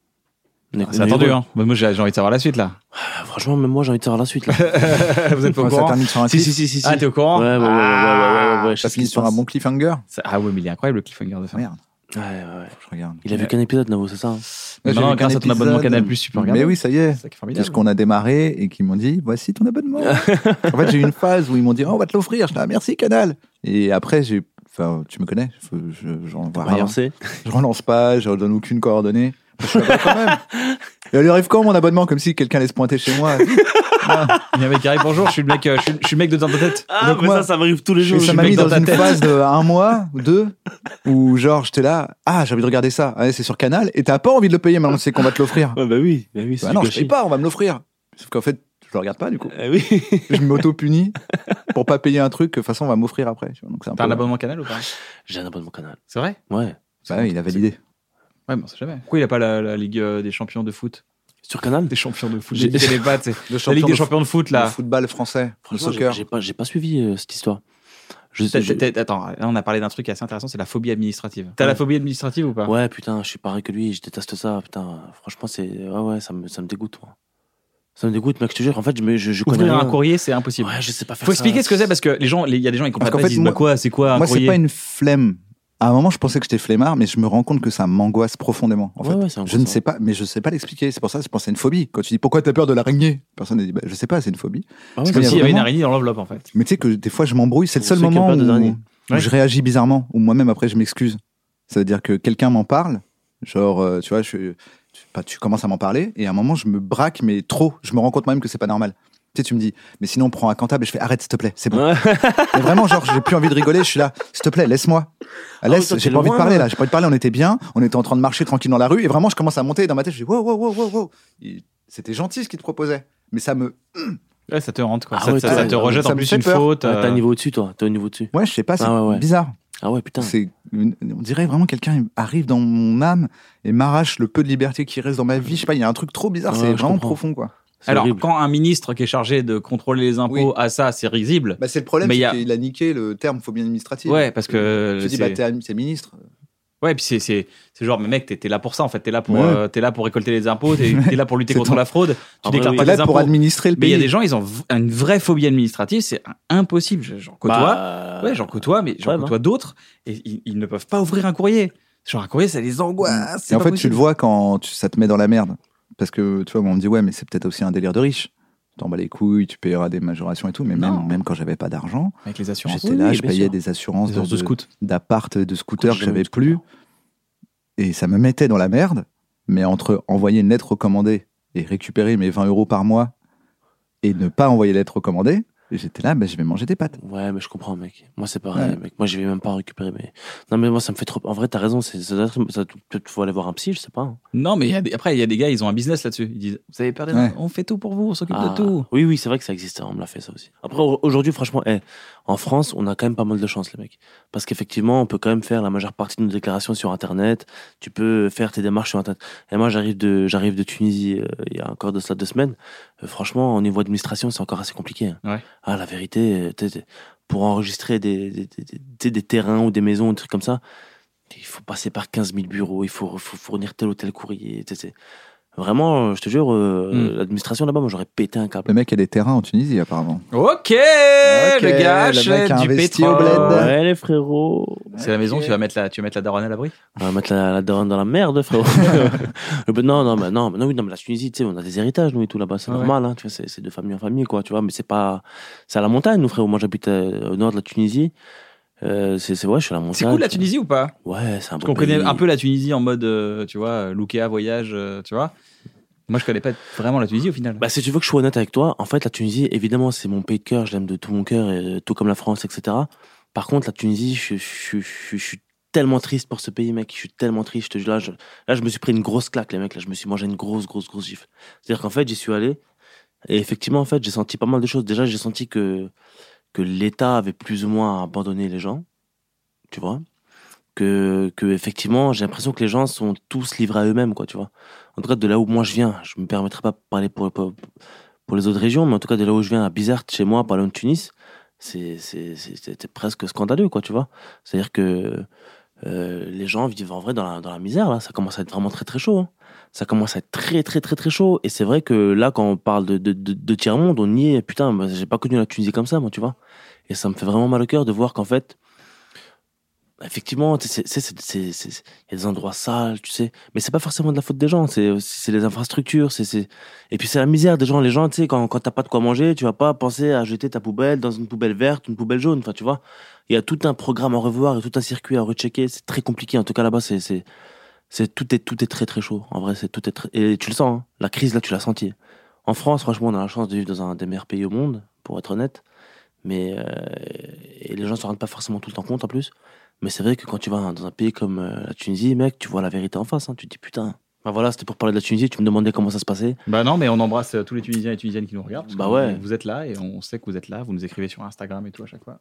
On est- C'est on est attendu, heureux. hein. Bah, moi, j'ai j'ai envie de savoir la suite, là. Ah, franchement, même moi, j'ai envie de savoir la suite. Là. Vous êtes pas au Enfin, Ça courant termine sur un si, cliff. si, si, si. si. Ah, t'es au courant Ouais, ouais, ouais, ouais, ouais, ouais, ouais, ouais, je sais Ça ce qui finit se sur un passe. bon cliffhanger. Ça- Ah ouais, mais il est incroyable, le cliffhanger de fin. Merde, Ouais, ouais, ouais. je regarde. Il a vu qu'un épisode, Navo, c'est ça hein Ouais, j'ai Non, vu grâce qu'un à ton abonnement épisode. Canal+, tu peux regarder. Mais oui, ça y est. C'est ça qui est Parce formidable. qu'on a démarré et qu'ils m'ont dit voici ton abonnement. en fait, j'ai eu une phase où ils m'ont dit oh, on va te l'offrir. Je dis ah, merci Canal. Et après, j'ai. Enfin, tu me connais, je- je- j'en vois Pour rien. avancer. Je relance pas, je donne aucune coordonnée. Je suis là-bas quand même. Et elle arrive quand mon abonnement Comme si quelqu'un allait se pointer chez moi. Il y avait Gary, bonjour, je suis le mec, euh, je suis, je suis le mec de dans ta tête. Ah, Donc mais moi- ça, ça m'arrive tous les jours. Et ça m'a Je mis suis dans, mec une phase de un mois ou deux où genre j'étais là, ah j'ai envie de regarder ça, Ouais, c'est sur Canal, et t'as pas envie de le payer maintenant c'est qu'on va te l'offrir. Ouais, bah oui, bah oui, c'est Bah du non, je gâchis. sais pas, on va me l'offrir. Sauf qu'en fait, je le regarde pas du coup. Ah oui. Je m'auto-punis pour pas payer un truc que de toute façon on va m'offrir après. tu vois. Donc c'est un T'as peu- un abonnement Canal ou pas J'ai un abonnement canal. C'est vrai Ouais. Bah oui, il a validé. Ouais, mais on sait jamais. Pourquoi il a pas la, la Ligue euh, des champions de foot Sur canal Des champions de foot, J'ai- j'ai dit les pattes. c'est- Le La Ligue des de champions de foot, fo- le là. football français, le Franchement, j'ai soccer. j'ai pas, j'ai pas suivi euh, cette histoire. Je, T'as- je- t'as- t'as- Attends, là, on a parlé d'un truc assez intéressant, c'est la phobie administrative. T'as la phobie administrative ou pas Ouais, putain, je suis pareil que lui, je déteste ça, putain. Franchement, c'est. Ouais, ouais, ça me, ça me dégoûte, moi. Ça me dégoûte, mec, je te jure. En fait, je, me- je, je connais. Ouvrir un rien. courrier, c'est impossible. Ouais, je sais pas faire Faut ça. expliquer ce que c'est parce que les gens, les- il y a des gens ils comprennent Parce pas, qu'en ils fait, disent moi- bah quoi, c'est quoi un Moi, c'est courrier pas une flemme. À un moment, je pensais que j'étais flemmard, mais je me rends compte que ça m'angoisse profondément. En Ouais, fait. ouais, c'est je ne angoissant. sais pas, mais je sais pas l'expliquer. C'est pour ça que je pense que c'est une phobie. Quand tu dis pourquoi t'as peur de l'araignée, personne ne dit bah, je sais pas, c'est une phobie. Ah ouais, C'est Comme Il y a s'il y avait une vraiment- araignée dans l'enveloppe en fait. Mais tu sais que des fois, je m'embrouille. C'est le Pour seul ceux qui ont moment peur où, des araignées. où je réagis bizarrement, ou moi-même après, je m'excuse. Ça veut dire que quelqu'un m'en parle, genre, euh, tu vois, je, tu, bah, tu commences à m'en parler, et à un moment, je me braque, mais trop. Je me rends compte même que c'est pas normal. Tu, sais, tu me dis, mais sinon on prend un cantable et je fais arrête, s'il te plaît, c'est bon. Mais vraiment, genre, j'ai plus envie de rigoler, je suis là, s'il te plaît, laisse-moi. ouais, Laisse, Ah toi, t'es j'ai pas envie de loin, parler là. là, j'ai pas envie de parler, on était bien, on était en train de marcher tranquille dans la rue et vraiment, je commence à monter et dans ma tête, je dis, wow, wow, wow, wow, wow. Et C'était gentil ce qu'il te proposait, mais ça me. Ouais, ça te rentre, quoi. Ah ça, ouais, ça- ça ouais, te ouais, rejette ça en me plus fait une peur. faute. Ah, T'es un euh, niveau au-dessus, toi. T'es au niveau dessus. Ouais, je sais pas, c'est Ah ouais, ouais. bizarre. Ah ouais, putain. C'est une- on dirait vraiment quelqu'un arrive dans mon âme et m'arrache le peu de liberté qui reste dans ma vie. Je sais pas, il y a un truc trop bizarre, Ouais, c'est je vraiment comprends. profond quoi. C'est Alors, horrible. quand un ministre qui est chargé de contrôler les impôts Oui. à ça, c'est risible. Bah, c'est le problème, Mais il y c'est a- qu'il a niqué le terme phobie administrative. ouais, parce que. euh, Je dis, c'est- bah, t'es admi- t'es ministre. Ouais, puis c'est- c'est c'est genre, mais mec, t'es t'es là pour ça, en fait. T'es là, pour, Ouais. euh, t'es là pour récolter les impôts, t'es t'es là pour lutter C'est contre ton- la fraude. Tu Ah bah déclares oui. pas T'es tes là pour impôts. administrer le Mais il pays. y a des gens, ils ont v- une vraie phobie administrative, c'est un- impossible. Je- J'en côtoie, Bah, ouais, j'en côtoie, mais j'en ouais, bah. côtoie d'autres, et ils, ils ne peuvent pas ouvrir un courrier. Genre un courrier, ça les angoisse. c'est Et en pas fait, tu possible. le vois quand tu- ça te met dans la merde. Parce que, tu vois, moi, on me dit, ouais, mais c'est peut-être aussi un délire de riche. T'en bats les couilles, tu payeras des majorations et tout. Mais Non. même, même quand j'avais pas d'argent, avec les assurances, j'étais Oui, là, oui, je bien payais sûr. des assurances les assurances de, de scout. d'appart, de scooter J'ai que jamais j'avais eu de plus. Et ça me mettait dans la merde. Mais entre envoyer une lettre recommandée et récupérer mes 20 euros par mois et ne pas envoyer lettre recommandée, j'étais là, bah, je vais manger des pâtes. Ouais, mais je comprends, mec. Moi, c'est pareil, Ouais. mec. Moi, je vais même pas récupérer mes. Non, mais moi, ça me fait trop. En vrai, t'as raison. c'est- Ça doit être- ça- Peut-être faut aller voir un psy, je sais pas. hein. Non, mais il y a des- après, il y a des gars, ils ont un business là-dessus. Ils disent Vous avez perdu, Ouais. on fait tout pour vous, on s'occupe Ah, de tout. Oui, oui, c'est vrai que ça existe. hein, On me l'a fait, ça aussi. Après, au- aujourd'hui, franchement, eh, en France, on a quand même pas mal de chance, les mecs. Parce qu'effectivement, on peut quand même faire la majeure partie de nos déclarations sur Internet. Tu peux faire tes démarches sur Internet. Et moi, j'arrive de, j'arrive de Tunisie euh, il y a encore de cela deux semaines. Euh, franchement, au niveau administration, c'est encore assez compliqué. hein. Ouais. Ah, la vérité, euh, t'es- t'es- pour enregistrer des, des, des- des- des- des terrains ou des maisons, des trucs comme ça, il faut passer par 15 000 bureaux, il faut, faut fournir tel ou tel courrier. t'es- t'es- Vraiment, euh, je te jure, euh, Hmm. l'administration là-bas, moi j'aurais pété un câble. Le mec a des terrains en Tunisie, apparemment. Ok, le le gars mec achète a du investi pétrole. au bled. Ouais, les frérots. C'est la maison, tu vas mettre la, tu vas mettre la daronne à l'abri On va mettre la, la daronne dans la merde, frérot. Euh, ben non, non, mais non, mais non, oui, non, mais la Tunisie, tu sais, on a des héritages, nous et tout là-bas, c'est Ah Ouais. normal, hein, tu vois, c'est c'est de famille en famille, quoi, tu vois, mais c'est pas. C'est à la montagne, nous, frérot. Moi j'habite euh, au nord de la Tunisie. Euh, c'est c'est- ouais, je suis à la montagne. C'est cool la tu Tunisie ou pas vois. Ouais, c'est un Parce beau qu'on connaît pays. un peu la Tunisie en mode, euh, tu vois, euh, Loukea, voyage, euh, tu vois. Moi, je connais pas vraiment la Tunisie au final. Bah, si tu veux que je sois honnête avec toi, en fait, la Tunisie, évidemment, c'est mon pays de cœur, je l'aime de tout mon cœur, et, euh, tout comme la France, etc. Par contre, la Tunisie, je, je- je- je suis tellement triste pour ce pays, mec. Je suis tellement triste. Je te jure, là, je, là, je me suis pris une grosse claque, les mecs. Là, je me suis mangé une grosse, grosse, grosse gifle. C'est-à-dire qu'en fait, j'y suis allé. Et effectivement, en fait, j'ai senti pas mal de choses. Déjà, j'ai senti que, que l'État avait plus ou moins abandonné les gens. Tu vois que, que, effectivement, j'ai l'impression que les gens sont tous livrés à eux-mêmes, quoi, tu vois. En tout cas, de là où moi je viens, je me permettrai pas de parler pour, pour, pour les autres régions, mais en tout cas, de là où je viens, à Bizerte, chez moi, par exemple, Tunis, c'est- c'est- c'est- c'était presque scandaleux, quoi, tu vois. C'est-à-dire que euh, les gens vivent en vrai dans la, dans la misère, là. Ça commence à être vraiment très, très chaud. hein. Ça commence à être très, très, très, très chaud. Et c'est vrai que là, quand on parle de, de, de, de tiers-monde, on y est. Putain, bah, j'ai pas connu la Tunisie comme ça, moi, tu vois. Et ça me fait vraiment mal au cœur de voir qu'en fait, effectivement, tu sais, c'est- c'est- c'est- c'est- c'est- il y a des endroits sales, tu sais. Mais c'est pas forcément de la faute des gens. C'est aussi- c'est les infrastructures. c'est c'est- Et puis, c'est la misère des gens. Les gens, tu sais, quand, quand t'as pas de quoi manger, tu vas pas penser à jeter ta poubelle dans une poubelle verte, une poubelle jaune. Enfin, tu vois. Il y a tout un programme à revoir et tout un circuit à rechecker. C'est très compliqué. En tout cas, là-bas, c'est, c'est, c'est- tout est, tout est très, très chaud. En vrai, c'est tout est très- et tu le sens. hein. La crise, là, tu l'as senti. En France, franchement, on a la chance de vivre dans un des meilleurs pays au monde, pour être honnête. Mais, euh, et les gens s'en rendent pas forcément tout le temps compte, en plus. Mais c'est vrai que quand tu vas dans un pays comme euh, la Tunisie, mec, tu vois la vérité en face. hein. Tu te dis, putain. Bah voilà, c'était pour parler de la Tunisie. Tu me demandais comment ça se passait. Bah non, mais on embrasse euh, tous les Tunisiens et Tunisiennes qui nous regardent. parce Bah que ouais. Vous êtes là et on sait que vous êtes là. Vous nous écrivez sur Instagram et tout à chaque fois.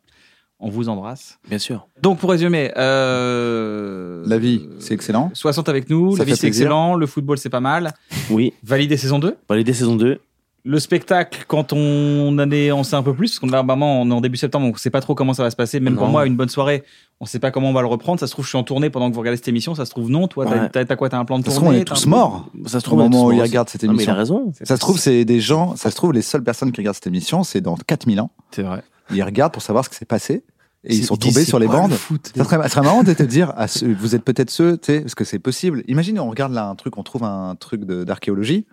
On vous embrasse. Bien sûr. Donc pour résumer, euh, La vie, c'est excellent. 60 avec nous, Ça la vie fait c'est plaisir. excellent, le football c'est pas mal. Oui. Bah, Valider saison 2. Valider saison 2. Le spectacle, quand on, en est, on sait un peu plus, parce qu'on là, maman, on est en début septembre, on ne sait pas trop comment ça va se passer. Même pour Non. moi, une bonne soirée, on ne sait pas comment on va le reprendre. Ça se trouve, je suis en tournée pendant que vous regardez cette émission. Ça se trouve, non. Toi, t'as- Ouais. t'as t'as quoi T'as un plan de Ça se tournée trouve, on est t'as tous un- morts. Ça se Oh. Au trouve, on est moment où tous il morts regarde cette aussi. Non, mais il a émission. raison. Ça se trouve, c'est des gens, ça se trouve, les seules personnes qui regardent cette émission, c'est dans 4000 ans. C'est vrai. Ils regardent pour savoir ce qui s'est passé et ils C'est- sont disent, tombés c'est sur les quoi le bandes. foot Ça serait, ça serait marrant de te dire, à ceux- vous êtes peut-être ceux, tu sais, parce que c'est possible. Imagine, on regarde là un truc, on trouve un truc de- d'archéologie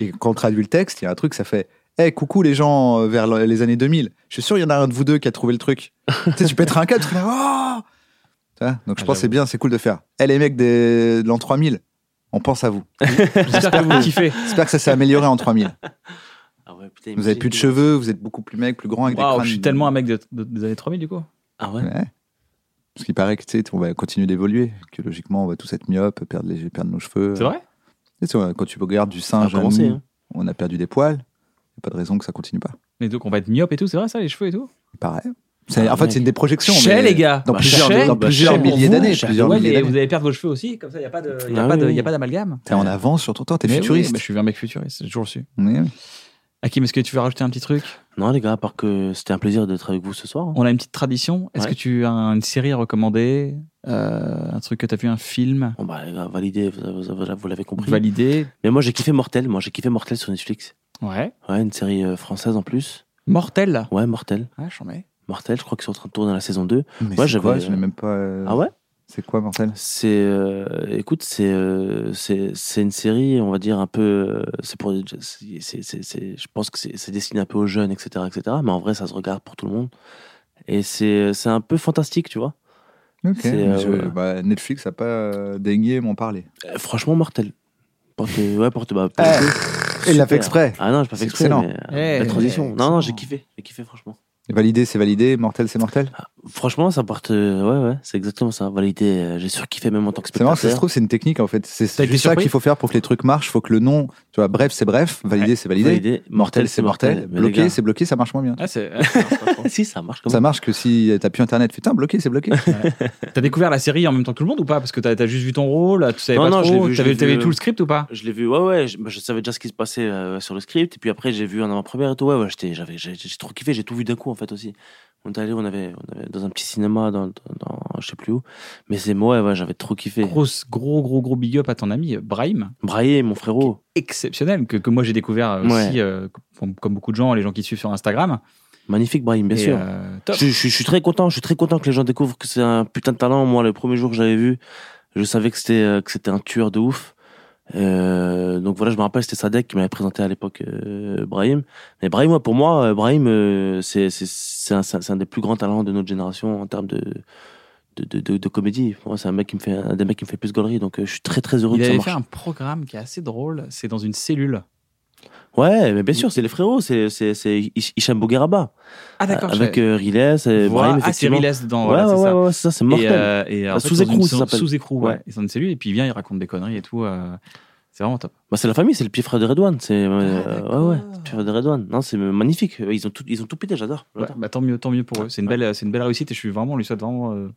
et quand on traduit le texte, il y a un truc, ça fait. Eh, coucou les gens euh, vers le- les années 2000. Je suis sûr, il y en a un de vous deux qui a trouvé le truc. tu sais, tu pèteras un câble, tu serais là, Oh Tu vois Donc je Ah, pense que c'est bien, c'est cool de faire. Eh, les mecs des- de l'an 3000, on pense à vous. J'espère que vous kiffez. J'espère que ça s'est amélioré en 3000. Ah Ah ouais, putain, Vous avez plus de cheveux, vous êtes beaucoup plus mec, plus grand avec des Waouh, crânes. je suis tellement un mec de- de- des années 3000 du coup. Ah ouais. Ouais. Parce qu'il paraît que tu sais, on va continuer d'évoluer, que logiquement on va tous être myopes, perdre, les, perdre nos cheveux. C'est vrai Tu sais, Quand tu regardes du Ça a singe, à commencé, nous, hein. on a perdu des poils. Y a pas de raison que ça continue pas. Mais donc on va être myope et tout, c'est vrai ça, les cheveux et tout Pareil. C'est- en fait, c'est une déprojection. Ah Chez mais les gars Dans Bah, plusieurs, chez, dans bah, plusieurs chez pour milliers vous, d'années. chez Plusieurs vous, milliers et d'années. vous allez perdre vos cheveux aussi, comme ça, il n'y a pas de- y a Ah pas de- oui. y a pas d'amalgame. T'es en avance sur ton temps, t'es Mais oui, futuriste. mais je suis un mec futuriste, j'ai toujours su. Oui, oui. Hakim, est-ce que tu veux rajouter un petit truc Non, les gars, à part que c'était un plaisir d'être avec vous ce soir. hein. On a une petite tradition. Est-ce Ouais. que tu as une série à recommander Euh, Un truc que tu as vu, un film Bon, bah, les gars, validé, vous, vous- vous- vous l'avez compris. validé Mais moi, j'ai kiffé Mortel. Moi, j'ai kiffé Mortel sur Netflix. Ouais. Ouais, une série euh, française en plus. Mortel Ouais, Mortel. Ah, j'en mets. Mortel, je crois qu'ils sont en train de tourner la saison 2. Mais Ouais, c'est j'avais- quoi Je n'ai même pas. euh, Ah ouais C'est quoi, Marcel C'est. euh, écoute, c'est euh, c'est c'est une série, on va dire, un peu. euh, C'est pour. c'est- c'est- c'est- c'est- je pense que c'est c'est destiné un peu aux jeunes, etc., etc. Mais en vrai, ça se regarde pour tout le monde. Et c'est euh, c'est un peu fantastique, tu vois. Ok. C'est, euh, je- voilà. bah, Netflix n'a pas euh, daigné m'en parler. Euh, Franchement, mortel. Porte, ouais, porte, bah, porte- Ah, Super. il l'a fait exprès. Ah non, je pas fait C'est exprès. excellent. Mais, Eh, euh, belle transition. eh, non, non, excellent. j'ai kiffé. J'ai kiffé, franchement. Validé, c'est validé. Mortel, c'est mortel. Franchement, ça porte. euh, ouais, ouais, c'est exactement ça. Validé, euh, j'ai surkiffé même en tant que C'est marrant, spectateur. ça se trouve, c'est une technique en fait. C'est T'as été juste ça surpris qu'il faut faire pour que les trucs marchent. faut que le nom, tu vois, bref, c'est bref, validé, c'est validé. Validé, Mortel, c'est mortel. Mais les Bloqué, gars, c'est bloqué, ça marche moins bien. Ah, c'est. si, ça marche comme Ça marche que si t'as plus internet, putain, bloqué, c'est bloqué. T'as découvert la série en même temps que tout le monde ou pas Parce que t'as as juste vu ton rôle, tu savais Non, pas non, je l'ai trop, vu, je t'avais l'ai t'avais vu. tout le script ou pas Je l'ai vu, ouais, ouais, je, bah, je savais déjà ce qui se passait euh, sur le script, et puis après j'ai vu en avant-première et tout, ouais, ouais, j'étais- j'avais- j'ai j'ai trop kiffé, j'ai tout vu d'un coup en fait aussi. On est allé, on avait, on avait dans un petit cinéma, dans, dans, dans- je sais plus où, mais c'est moi, ouais, ouais, j'avais trop kiffé. Grosse, gros, gros, gros big up à ton ami euh, Brahim, Braillé, mon frérot. exceptionnel, que, que moi j'ai découvert euh, Ouais. aussi, euh, comme, comme beaucoup de gens, les gens qui te suivent sur Instagram. Magnifique, Brahim, bien Et, sûr. euh, Je, top. je- je suis très content, je suis très content que les gens découvrent que c'est un putain de talent. Moi, le premier jour que j'avais vu, je savais que c'était euh, que c'était un tueur de ouf. Euh, donc voilà, je me rappelle, c'était Sadek qui m'avait présenté à l'époque euh, Brahim. Mais Brahim, moi, pour moi, euh, Brahim, euh, c'est c'est- c'est un, c'est un- c'est un des plus grands talents de notre génération en termes de de, de, de- de comédie. Pour moi, c'est un mec qui me fait un des mecs qui me fait plus gaulerie. Donc euh, je suis très très heureux Il que ça avait marche. fait un programme qui est assez drôle, c'est dans une cellule. Ouais, mais bien sûr, c'est les frérots, c'est c'est c'est Hi- Hicham Bougueraba Ah d'accord, avec je- euh, Riles, Voilà, euh, Brahim ah, c'est effectivement. Riles dedans, ouais, voilà, c'est ouais, ça. ouais, ouais, c'est ça, c'est mortel. Et, euh, et en fait, sous-écrou, dans une ça cellule- s'appelle. Sous-écrou, ouais. Ouais. Ils sont dans une cellule et puis il vient, il raconte des conneries et tout. euh, c'est vraiment top. Bah, c'est la famille, c'est le pied frère de Redouane. C'est euh, Ah, d'accord. ouais ouais, le pied frère de Redouane. Non, c'est magnifique. Euh, Ils ont tout, ils ont tout pété. J'adore. Ouais, J'adore. bah, tant mieux, tant mieux pour eux. C'est une belle, c'est une belle réussite et je suis vraiment, on lui souhaite vraiment. euh,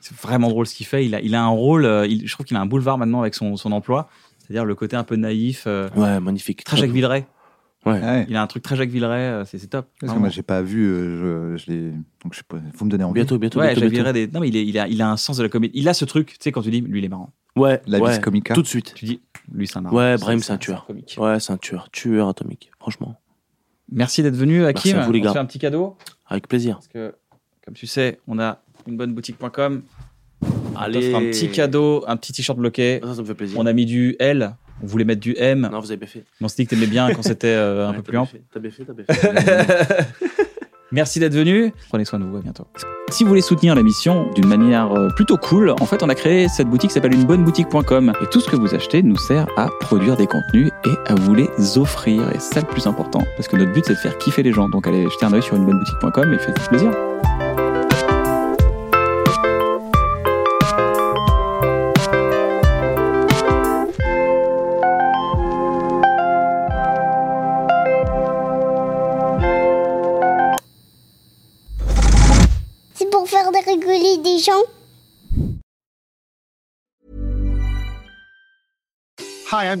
c'est vraiment drôle ce qu'il fait. Il a, il a un rôle. euh, il- je trouve qu'il a un boulevard maintenant avec son, son emploi, c'est-à-dire le côté un peu naïf, euh, Ouais, magnifique. très Jacques Villeray. Ouais. Ouais. Il a un truc très Jacques Villeray. euh, c'est, c'est top. Parce que Vraiment. moi, j'ai pas vu, euh, je, je l'ai. Donc, je sais pas, vous me donnez envie. Bientôt, bientôt, Ouais, bientôt. Jacques bientôt. Villeray. Des... Non, mais il, est- il a, il a un sens de la comédie. Il a ce truc, tu sais, quand tu dis, lui, il est marrant. Ouais, La ouais. vis comica. hein. Tout de suite. Tu dis, lui, c'est un marrant. Ouais, Brahim, c'est un un tueur. comique. Ouais, c'est un tueur, tueur atomique. Franchement, Merci d'être venu, Hakim. à vous, les On gars. te fait un petit cadeau. avec plaisir. Parce que, comme tu sais, on a une bonne boutique.com. Allez. On t'offre un petit cadeau, un petit t-shirt bloqué. Ça, ça me fait plaisir. On a mis du L. On voulait mettre du M. Non, vous avez bien fait. Mais on s'est dit que t'aimais bien quand c'était euh, un Ouais, peu t'as plus bien ample. fait, T'as bien fait, t'as bien fait. Merci d'être venu. Prenez soin de vous. À bientôt. Si vous voulez soutenir la mission d'une manière euh, plutôt cool, en fait, on a créé cette boutique qui s'appelle unebonneboutique.com. Et tout ce que vous achetez nous sert à produire des contenus et à vous les offrir. Et c'est ça le plus important. Parce que notre but, c'est de faire kiffer les gens. Donc allez jeter un œil sur unebonneboutique.com et faites-vous plaisir. C'est pour faire de rigoler des gens. Hi, I'm